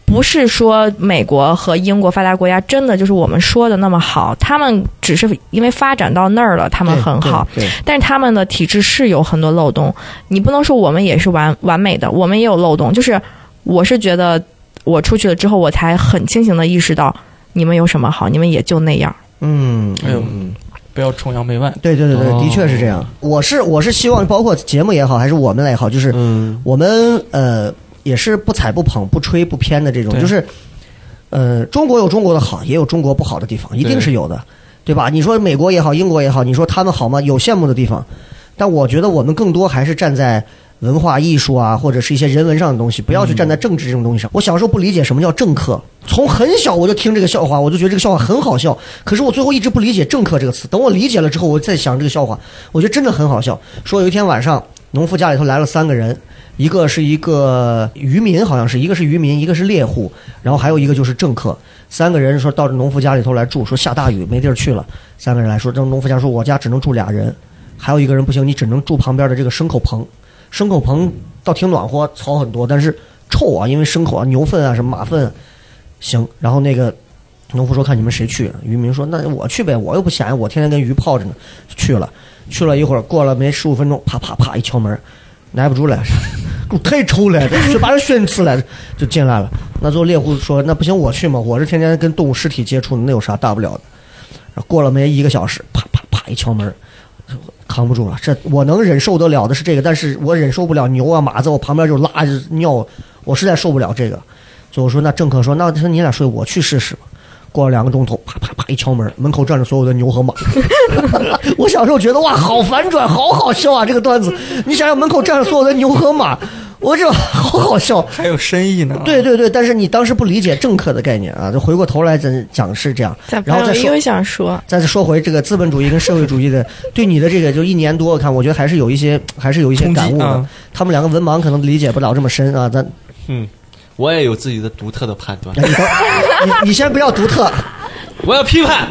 不是说美国和英国发达国家真的就是我们说的那么好，他们只是因为发展到那儿了，他他们很好，，对，但是他们的体制是有很多漏洞，你不能说我们也是完完美的，我们也有漏洞。就是我是觉得我出去了之后，我才很清醒的意识到，你们有什么好，你们也就那样。嗯，哎呦嗯，不要崇洋媚外。对对对对，哦的确是这样。我是我是希望，包括节目也好，还是我们也好，就是嗯，我们呃也是不踩不捧不吹不偏的这种，对就是呃中国有中国的好，也有中国不好的地方，一定对是有的，对吧？你说美国也好，英国也好，你说他们好吗？有羡慕的地方，但我觉得我们更多还是站在。文化艺术啊，或者是一些人文上的东西，不嗯要去站在政治这种东西上。我小时候不理解什么叫政客，从很小我就听这个笑话，我就觉得这个笑话很好笑。可是我最后一直不理解“政客”这个词。等我理解了之后，我再想这个笑话，我觉得真的很好笑。说有一天晚上，农夫家里头来了三个人，一个是一个渔民，好像是一个是渔民，一个是猎户，然后还有一个就是政客。三个人说到这农夫家里头来住，说下大雨没地儿去了。三个人来说，这农夫家说我家只能住俩人，还有一个人不行，你只能住旁边的这个牲口棚。牲口棚倒挺暖和，草很多，但是臭啊，因为牲口啊、牛粪啊、什么马粪啊。行，然后那个农夫说看你们谁去，渔民说那我去呗，我又不闲，我天天跟鱼泡着呢，去了。去了一会儿，过了没十五分钟，啪啪啪一敲门，耐不住了，给我太臭了，就 把人熏死了，就进来了。那最后猎户说：“那不行，我去嘛，我是天天跟动物尸体接触，那有啥大不了的？”然后过了没一个小时，啪啪啪一敲门，扛不住了。这我能忍受得了的是这个，但是我忍受不了牛啊马在我旁边就拉就尿，我实在受不了这个。最后说：“那政客说，那他你俩睡，我去试试吧。”过了两个钟头，啪啪啪一敲门，门口站着所有的牛和马。我小时候觉得哇，好反转，好好笑啊！这个段子，你想想门口站着所有的牛和马，我这好好笑。还有深意呢。对，对对，但是你当时不理解政客的概念啊，就回过头来咱讲是这样，然后再说又想说，再说回这个资本主义跟社会主义的对你的这个就一年多，我看我觉得还是有一些还是有一些冲击感悟的。啊他们两个文盲可能理解不了这么深啊，咱我也有自己的独特的判断你，等你你先不要独特，我要批判。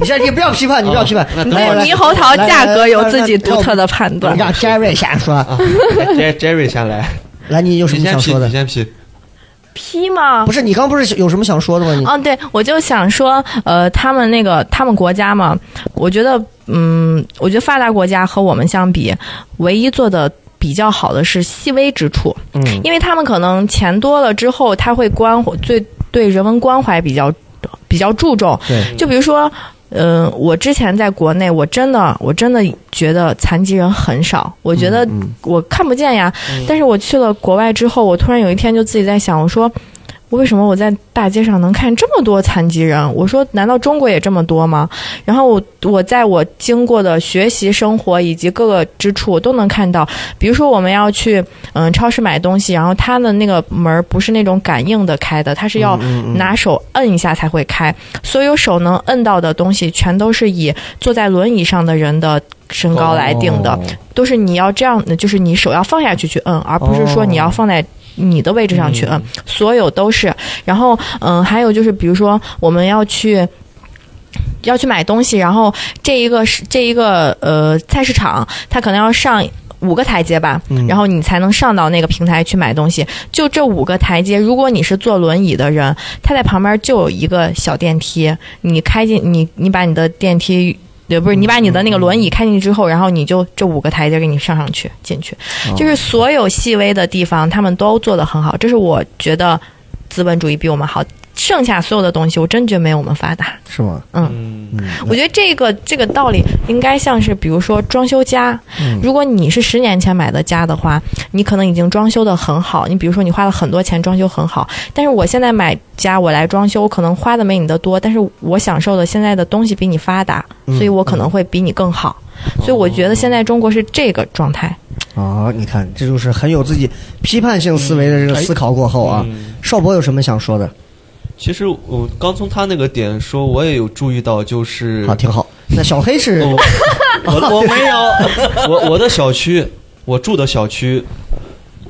你先你不要批判，你不要批判，啊那等来会儿来猕猴桃来价来格来有来自己来独特的判断。让 Jerry 先说，啊 Jer- Jerry 先 来，来，你有什你么先想批，说的你？先批。批吗不？是你刚不是有什么想说的吗？你哦，对，我就想说，呃，他们那个他们国家嘛，我觉得，嗯，我觉得发达国家和我们相比，唯一做的比较好的是细微之处，嗯，因为他们可能钱多了之后，他会关怀对对人文关怀比较比较注重，对，就比如说。嗯、我之前在国内，我真的，我真的觉得残疾人很少，我觉得嗯我看不见呀。但是我去了国外之后，我突然有一天就自己在想，我说，为什么我在大街上能看这么多残疾人？我说，难道中国也这么多吗？然后我我在我经过的学习、生活以及各个之处，我都能看到。比如说，我们要去嗯、超市买东西，然后它的那个门儿不是那种感应的开的，它是要拿手摁一下才会开。所有手能摁到的东西，全都是以坐在轮椅上的人的身高来定的。哦都是你要这样的，就是你手要放下去去摁，而不是说你要放在你的位置上去摁，嗯所有都是。然后，嗯，还有就是，比如说我们要去。要去买东西，然后这一个是这一个呃菜市场，它可能要上五个台阶吧，然后你才能上到那个平台去买东西。就这五个台阶，如果你是坐轮椅的人，他在旁边就有一个小电梯，你开进你你把你的电梯。对，不是你把你的那个轮椅开进去之后，然后你就这五个台阶给你上上去进去，就是所有细微的地方他们都做得很好，这是我觉得资本主义比我们好。剩下所有的东西，我真觉得没有我们发达。是吗？嗯，嗯，我觉得这个这个道理应该像是，比如说装修家，如果你是十年前买的家的话，你可能已经装修的很好，你比如说你花了很多钱装修很好，但是我现在买家我来装修，我可能花的没你的多，但是我享受的现在的东西比你发达，所以我可能会比你更好，所以我觉得现在中国是这个状态，哦，你看，这就是很有自己批判性思维的这个思考过后啊。嗯邵博有什么想说的？其实我刚从他那个点说，我也有注意到，就是好，挺好。那小黑是我哦我我没有，我我的小区，我住的小区，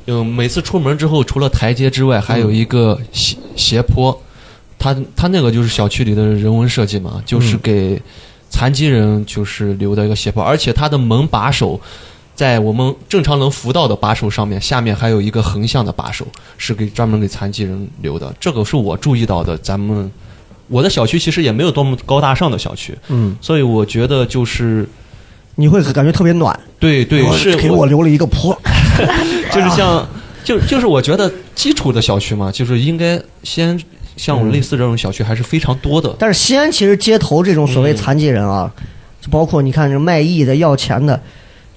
嗯，每次出门之后，除了台阶之外，还有一个斜斜坡，它它那个就是小区里的人文设计嘛，就是给残疾人就是留的一个斜坡，而且它的门把手。在我们正常能扶到的把手上面，下面还有一个横向的把手，是给专门给残疾人留的。这个是我注意到的。咱们我的小区其实也没有多么高大上的小区，嗯，所以我觉得就是你会感觉特别暖，对对我是给我留了哎一个坡。就是像就就是我觉得基础的小区嘛，就是应该先像我类似这种小区还是非常多的。但是西安其实街头这种所谓残疾人啊，嗯就包括你看这卖艺的、要钱的，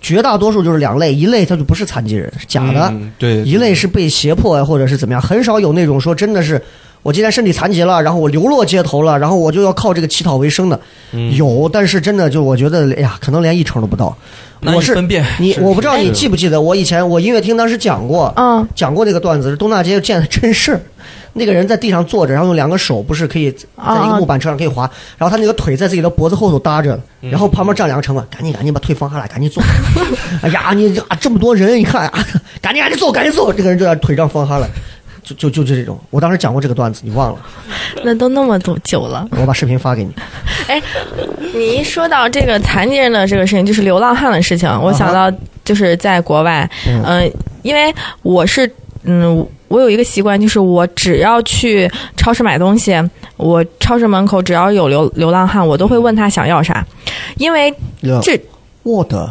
绝大多数就是两类，一类他就不是残疾人，是假的；嗯对，一类是被胁迫啊，或者是怎么样，很少有那种说真的是我今天身体残疾了，然后我流落街头了，然后我就要靠这个乞讨为生的，有，但是真的就我觉得，哎呀，可能连一成都不到。难以我是分辨你是，我不知道你记不记得，我以前我音乐厅当时讲过，嗯，讲过那个段子，是东大街见的真事儿。 那个人在地上坐着，然后用两个手不是可以在一个木板车上可以滑，然后他那个腿在自己的脖子后头搭着，然后旁边站两个城管，赶紧赶紧把腿放下来，赶紧坐。 哎呀，你啊这么多人，你看啊，赶紧赶紧坐，赶紧坐。这个人就在腿上放下来，就就就就这种。我当时讲过这个段子，你忘了？那都那么多久了。我把视频发给你。哎， 你一说到这个残疾人的这个事情，就是流浪汉的事情，我想到就是在国外，嗯嗯、因为我是嗯，我有一个习惯，就是我只要去超市买东西，我超市门口只要有流流浪汉，我都会问他想要啥，因为这我的，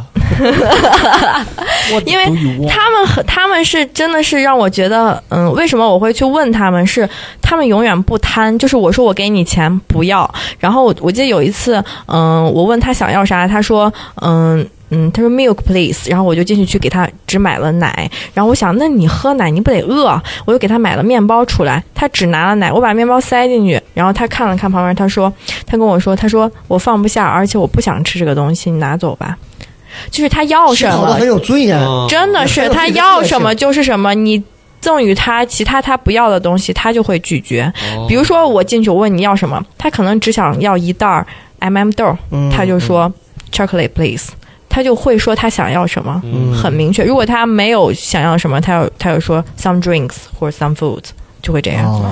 因为他们很，他们是真的是让我觉得，嗯，为什么我会去问他们是？他们永远不贪，就是我说我给你钱不要。然后我我记得有一次，嗯，我问他想要啥，他说，嗯。嗯，他说 milk please，然后我就进去去给他只买了奶，然后我想，那你喝奶你不得饿？我又给他买了面包出来，他只拿了奶，我把面包塞进去，然后他看了看旁边，他说，他跟我说，他说我放不下，而且我不想吃这个东西，你拿走吧。就是他要什好么的，很有尊严。嗯真的还是有他这个要特什么就是什么，你赠予他其他他不要的东西，他就会拒绝。比如说我进去我问你要什么，他可能只想要一袋儿 MM 豆，嗯他就说 chocolate please，他就会说他想要什么，很明确。如果他没有想要什么，他要他就说 some drinks 或者 some food，就会这样。哦，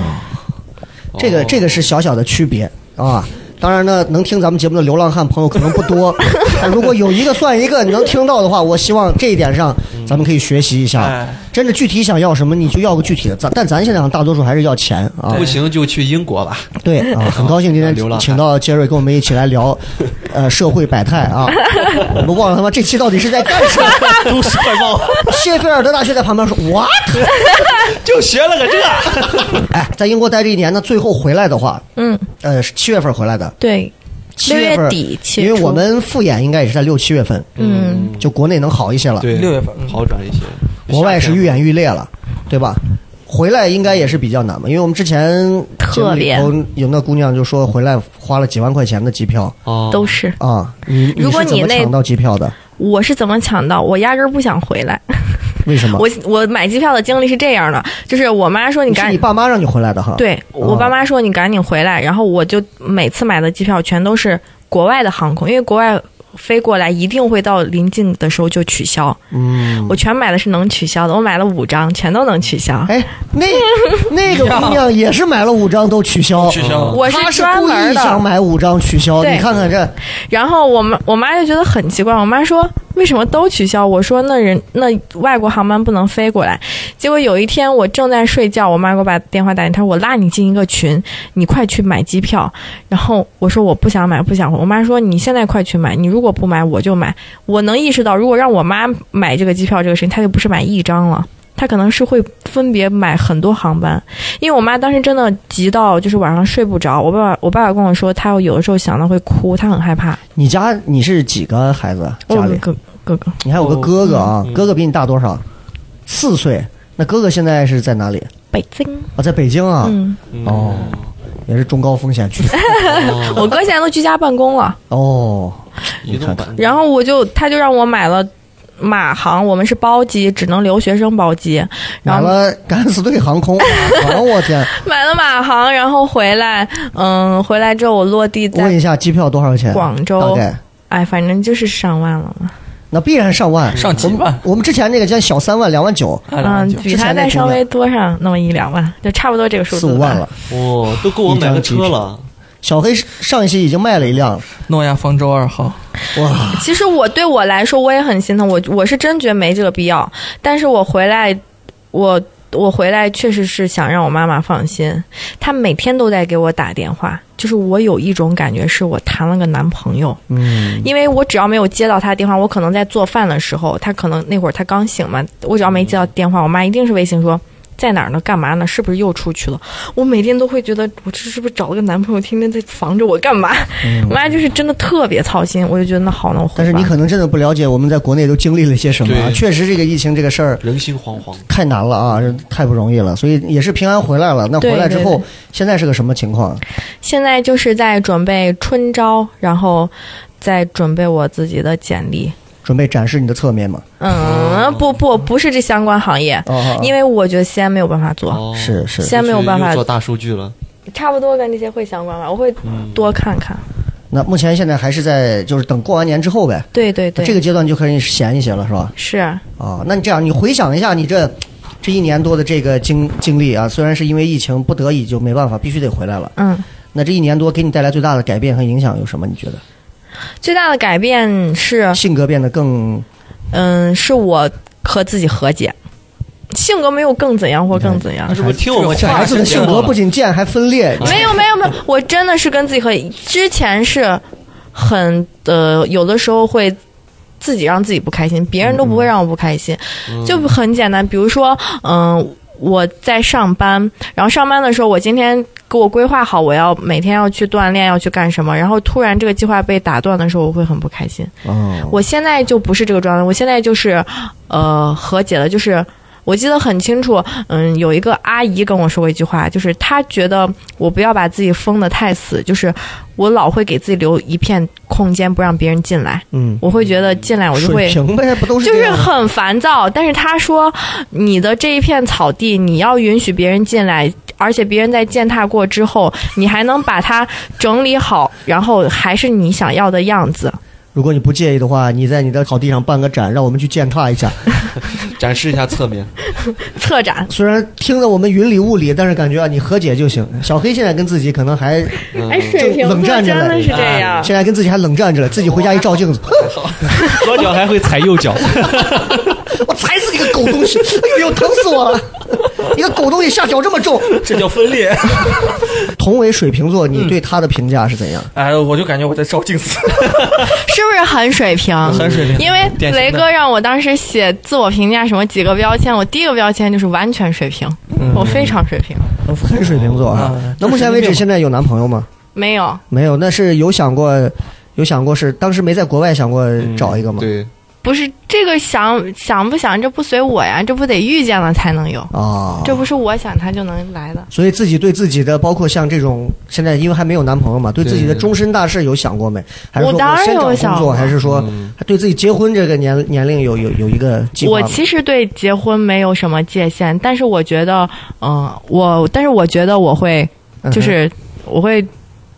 哦这个这个是小小的区别啊。当然呢，能听咱们节目的流浪汉朋友可能不 多，但如果有一个算一个能听到的话，我希望这一点上嗯咱们可以学习一下。哎，真的具体想要什么，你就要个具体的。咱但咱现在大多数还是要钱啊不。行就去英 国吧。对啊，很高兴今天流浪汉请到杰瑞跟我们一起来聊，呃，社会百态啊。我们忘了他妈这期到底是在干什么？ 都市快报谢菲尔德大学在旁边说 what？就学了个这，哎，在英国待这一年呢，最后回来的话，嗯，呃，是七月份回来的，对，七六月份月底，七月因为我初们复演应该也是在六七月份，嗯，就国内能好一些了，对，六月份嗯好转一些。国外是愈演愈烈了，对吧？回来应该也是比较难嘛，因为我们之前节目特里别头有那姑娘就说回来花了几万块钱的机票哦，都是。啊，你如果你是你怎么那抢到机票的？我是怎么抢到？我压根儿不想回来。为什么？我我买机票的经历是这样的，就是我妈说你你是赶你紧。爸妈让你回来的哈？，对我爸妈说你赶紧回来，然后我就每次买的机票全都是国外的航空，因为国外飞过来一定会到临近的时候就取消。嗯，我全买的是能取消的，我买了五张，全都能取消。哎， 那那个姑娘也是买了五张都取消，取消了我她是专故门意想的，买五张取消，对你看看这，然后我妈我妈就觉得很奇怪，我妈说为什么都取消？我说那人那外国航班不能飞过来。结果有一天我正在睡觉，我妈给我把电话打进来，她说我拉你进一个群，你快去买机票。然后我说我不想买，不想回。我妈说你现在快去买，你如果不买我就买。我能意识到，如果让我妈买这个机票这个事情，她就不是买一张了。她可能是会分别买很多航班，因为我妈当时真的急到就是晚上睡不着。我爸爸我爸爸跟我说，她有的时候想到会哭，她很害怕。你家你是几个孩子？我有家里个哦哥哥哥，你还有个哥哥哦啊，嗯哥哥比你大多少？四岁。那哥哥现在是在哪里？北京，啊，在北京啊。嗯，哦，也是中高风险 区。我哥现在都居家办公了。哦，移动版然后我就他就让我买了马航，我们是包机，只能留学生包机，买然后了敢死队航 空，啊我天！买了马航，然后回来，嗯，回来之后我落地问在一下机票多少钱？广州大概哎，反正就是上万了嘛，那必然上万，上几万我们之前那个叫小三万、两万九、啊，两万嗯九，比他再稍微多上那么一两万，就差不多这个数四字吧五万了。。哦，都够我买个车了。小黑上一期已经卖了一辆了，诺亚方舟二号，哇！其实我对我来说，我也很心疼，我我是真觉得没这个必要。但是我回来，我我回来确实是想让我妈妈放心，她每天都在给我打电话，就是我有一种感觉，是我谈了个男朋友。嗯，因为我只要没有接到他的电话，我可能在做饭的时候，他可能那会儿他刚醒嘛，我只要没接到电话，我妈一定是微信说。在哪儿呢？干嘛呢？是不是又出去了？我每天都会觉得，我这是不是找了个男朋友，天天在防着我干嘛？我妈就是真的特别操心，我就觉得那好，那我回嗯但是吧你可能真的不了解我们在国内都经历了些什么啊。对确实，这个疫情这个事儿人心惶惶，太难了啊，太不容易了。所以也是平安回来了。那回来之对后对，现在是个什么情况？现在就是在准备春招，然后再准备我自己的简历。准备展示你的侧面吗？ 嗯，不不，不是这相关行业，哦，因为为我觉得西安没有办法做，哦，啊是是西安没有办法又做，大数据了。差不多跟这些会相关吧。我会嗯多看看。那目前现在还是在就是等过完年之后呗，对对那对，这个阶段就可以闲一些了，是吧？是啊，那你这样，你回想一下你这这一年多的这个经经历啊，虽然是因为疫情不得已就没办法，必须得回来了。嗯，那这一年多给你带来最大的改变和影响有什么？你觉得最大的改变是，性格变得更嗯，是我和自己和解，性格没有更怎样或更怎样那。是不是啊听我们下孩一子次的性格不仅贱还分裂，没有没有没有，我真的是跟自己和之前是很呃，有的时候会自己让自己不开心，别人都不会让我不开心，就很简单。比如说，嗯、我在上班，然后上班的时候，我今天给我规划好我要每天要去锻炼，要去干什么，然后突然这个计划被打断的时候，我会很不开心。哦，我现在就不是这个状态，我现在就是，呃，和解了。就是我记得很清楚，嗯，有一个阿姨跟我说过一句话，就是她觉得我不要把自己封得太死，就是我老会给自己留一片空间，不让别人进来。嗯，我会觉得进来我就水会平呗，不都是就这是样吗很烦躁。但是他说，你的这一片草地，你要允许别人进来，而且别人在践踏过之后，你还能把它整理好，然后还是你想要的样子。如果你不介意的话，你在你的草地上办个展，让我们去践踏一下。展示一下 侧面？策展虽然听得我们云里雾里，但是感觉啊，你和解就行。小黑现在跟自己可能还，哎，嗯水就瓶座冷战真着呢哎的是这样。现在跟自己还冷战着了，自己回家一照镜子，左脚还会踩右脚，我踩死你个狗东西！哎呦，疼死我了！你个狗东西下脚 这么重。这叫分裂。同为水瓶座，你对他的评价是怎样？哎，我就感觉我在照镜子，是不是很水平？嗯很水 灵。因为典型的雷哥让我当时写自我评价什么几个标签，我第一个标签就是完全水平，嗯我非常水平，很水瓶座啊啊。那目前为止，现在有男朋友吗？没有没有，那是有想过，有想过是当时没在国外想过找一个吗？ 嗯对，不是这个想想不想，这不随我呀，这不得遇见了才能有，啊，这不是我想他就能来的。所以自己对自己的，包括像这种现在因为还没有男朋友嘛，对自己的对终身大事有想过没？还是说我当然先找有想工作，过还是说嗯还对自己结婚这个年年龄有有有一个计划我吗？其实对结婚没有什么界限，但是我觉得，嗯、我但是我觉得我会嗯哼就是我会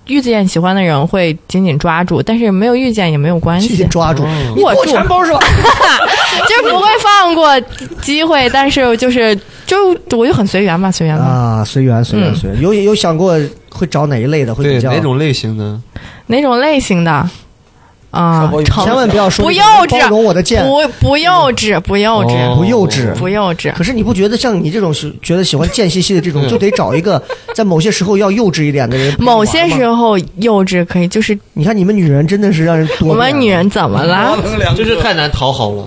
遇见喜欢的人会紧紧抓住，但是没有遇见也没有关紧系紧。嗯抓住，哦你握给我住全包是吧？ 就是不会放过机会，但是就是就我就很随缘吧，随缘吧。啊，随缘随嗯缘随缘。有有想过会找哪一类的？会对比较哪种类型呢？哪种类型的？啊、稍微成千万不要说不你幼稚，包容我的贱，不不幼稚，不幼稚，哦不幼稚不幼稚。可是你不觉得像你这种是觉得喜欢贱兮兮的这种，嗯就得找一 个在某些时候要幼稚一点的人？某些时候，候幼稚可以，就是你看你们女人真的是让人多。啊我们女。人怎么哦了？就是太难讨好了。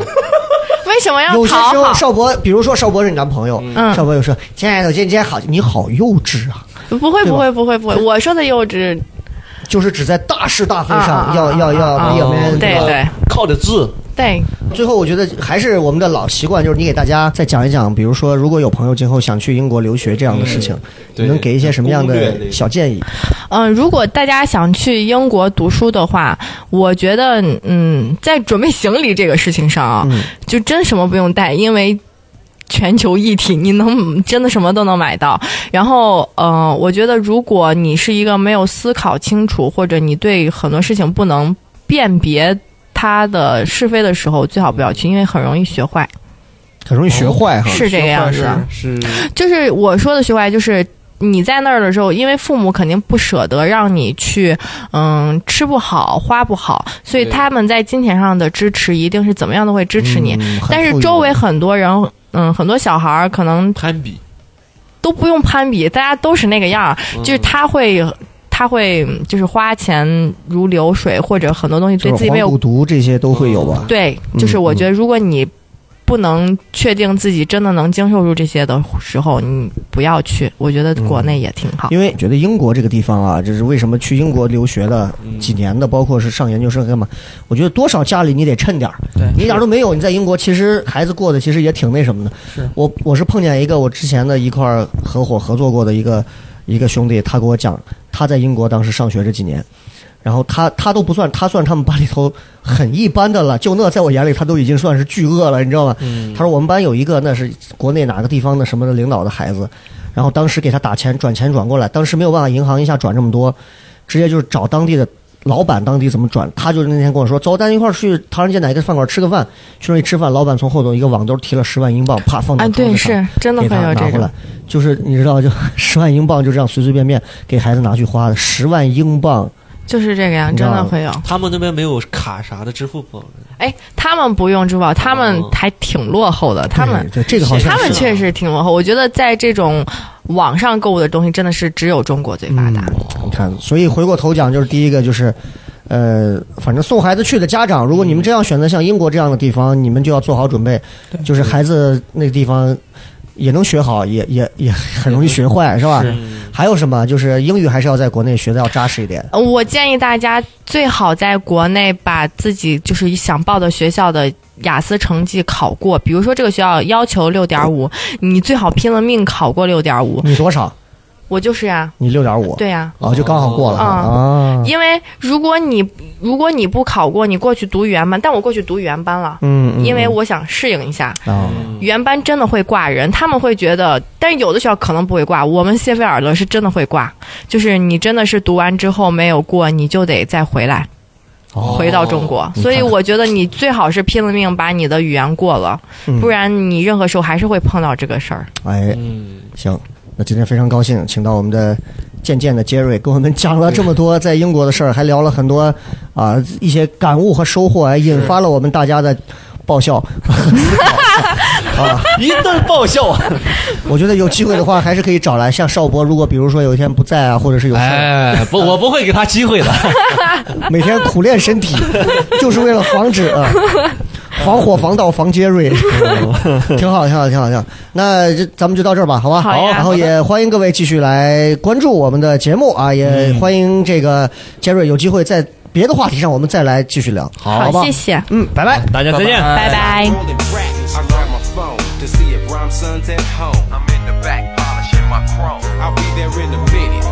为什么要有些时讨候，好？邵博，比如说邵博是你男朋友，嗯邵博又说：“亲爱的，我今天今天好，你好幼稚啊不会，对吧不会，不会，不会。我说的幼稚，就是只在大是大非啊啊上啊要要啊啊要哦啊避免对吧对靠着字，对，最后，我觉得还是我们的老习惯，就是你给大家再讲一讲，比如说，如果有朋友今后想去英国留学这样的事情，对你能给一些什么样攻略类的的小建议？嗯，如果大家想去英国读书的话，我觉得，嗯，在准备行李这个事情上啊，嗯就真什么不用带，因为。全球一体，你能真的什么都能买到。然后，呃，我觉得如果你是一个没有思考清楚，或者你对很多事情不能辨别它的是非的时候，最好不要去，因为很容易学坏。很容易学坏哈。是这个样子。是就是我说的学坏，就是你在那儿的时候，因为父母肯定不舍得让你去，嗯，吃不好，花不好，所以对他们在金钱上的支持一定是怎么样都会支持你。嗯但是周围很多人，嗯，很多小孩儿可能攀比，都不用攀比，大家都是那个样儿，嗯就是他会。他会就是花钱如流水，或者很多东西就对是自己没有黄赌毒这些都会有吧？对，就是嗯我觉得，如果你不能确定自己真的能经受住这些的时候，你不要去。我觉得国内也挺好。因为觉得英国这个地方啊，这是为什么去英国留学的嗯几年的，包括是上研究生干嘛？我觉得多少家里你得趁点儿，对你一点儿都没有，你在英国其实孩子过得其实也挺那什么的。是我我是碰见一个我之前的一块儿合伙合作过的一个一个兄弟，他给我讲他在英国当时上学这几年，然后他他都不算，他算他们班里头很一般的了，就那在我眼里他都已经算是巨鳄了，你知道吗？他说我们班有一个那是国内哪个地方的什么的领导的孩子，然后当时给他打钱转钱转过来，当时没有办法银行一下转这么多，直接就是找当地的老板当地怎么转，他就是那天跟我说，走，咱一块儿去唐人街哪个饭馆吃个饭，去那里吃饭，老板从后头一个网兜提了十万英镑，啪放到啊，桌对，子上。是真的给会他拿有这回来种，，就是你知道，就十万英镑就这样随随便便给孩子拿去花的，十万英镑，就是这个样，你知真道的会有。他们那边没有卡啥的，支付宝哎，他们不用支付宝，他们还挺落后的，他们对对这个好像他们是啊确实挺落后。我觉得在这种网上购物的东西，真的是只有中国最发达。你看，所以回过头讲，就是第一个就是，呃，反正送孩子去的家长，如果你们这样选择像英国这样的地方，你们就要做好准备，就是孩子那个地方也能学好，也也也很容易学坏，是吧？还有什么？就是英语还是要在国内学的要扎实一点。呃我建议大家最好在国内把自己就是想报的学校的雅思成绩考过，比如说这个学校要求六点五，你最好拼了命考过六点五。你多少？我就是呀、你六点五？对呀、啊，就刚好过了啊啊。因为如果你如果你不考过，你过去读语言班，但我过去读语言班了，嗯，嗯因为我想适应一下。啊，语言班真的会挂人，他们会觉得，但是有的学校可能不会挂。我们谢菲尔德是真的会挂，就是你真的是读完之后没有过，你就得再回来。哦回到中国，你看看所以我觉得你最好是拼了命把你的语言过了，嗯不然你任何时候还是会碰到这个事儿。哎，嗯，行，那今天非常高兴，请到我们的渐渐的杰瑞，跟我们讲了这么多在英国的事儿，还聊了很多啊、一些感悟和收获，还引发了我们大家的爆笑。一顿爆笑，啊我觉得有机会的话，还是可以找来像邵博，如果比如说有一天不在啊，或者是有事儿，哎，不，我不会给他机会 的。 每天苦练身体，就是为了防止啊。防火、防盗、防杰瑞，哦 挺好，挺好，挺好，挺好。那这咱们就到这儿吧，好吧？好呀然后也欢迎各位继续来关注我们的节目啊，也嗯欢迎这个杰瑞有机会在别的话题上我们再来继续聊，好吧谢？谢，嗯，拜拜。大家再见。拜拜。 Rolling back, I grab my phone to see if Rhyme Son's at home. I'm in the back polishing my chrome. I'll be there in a minute.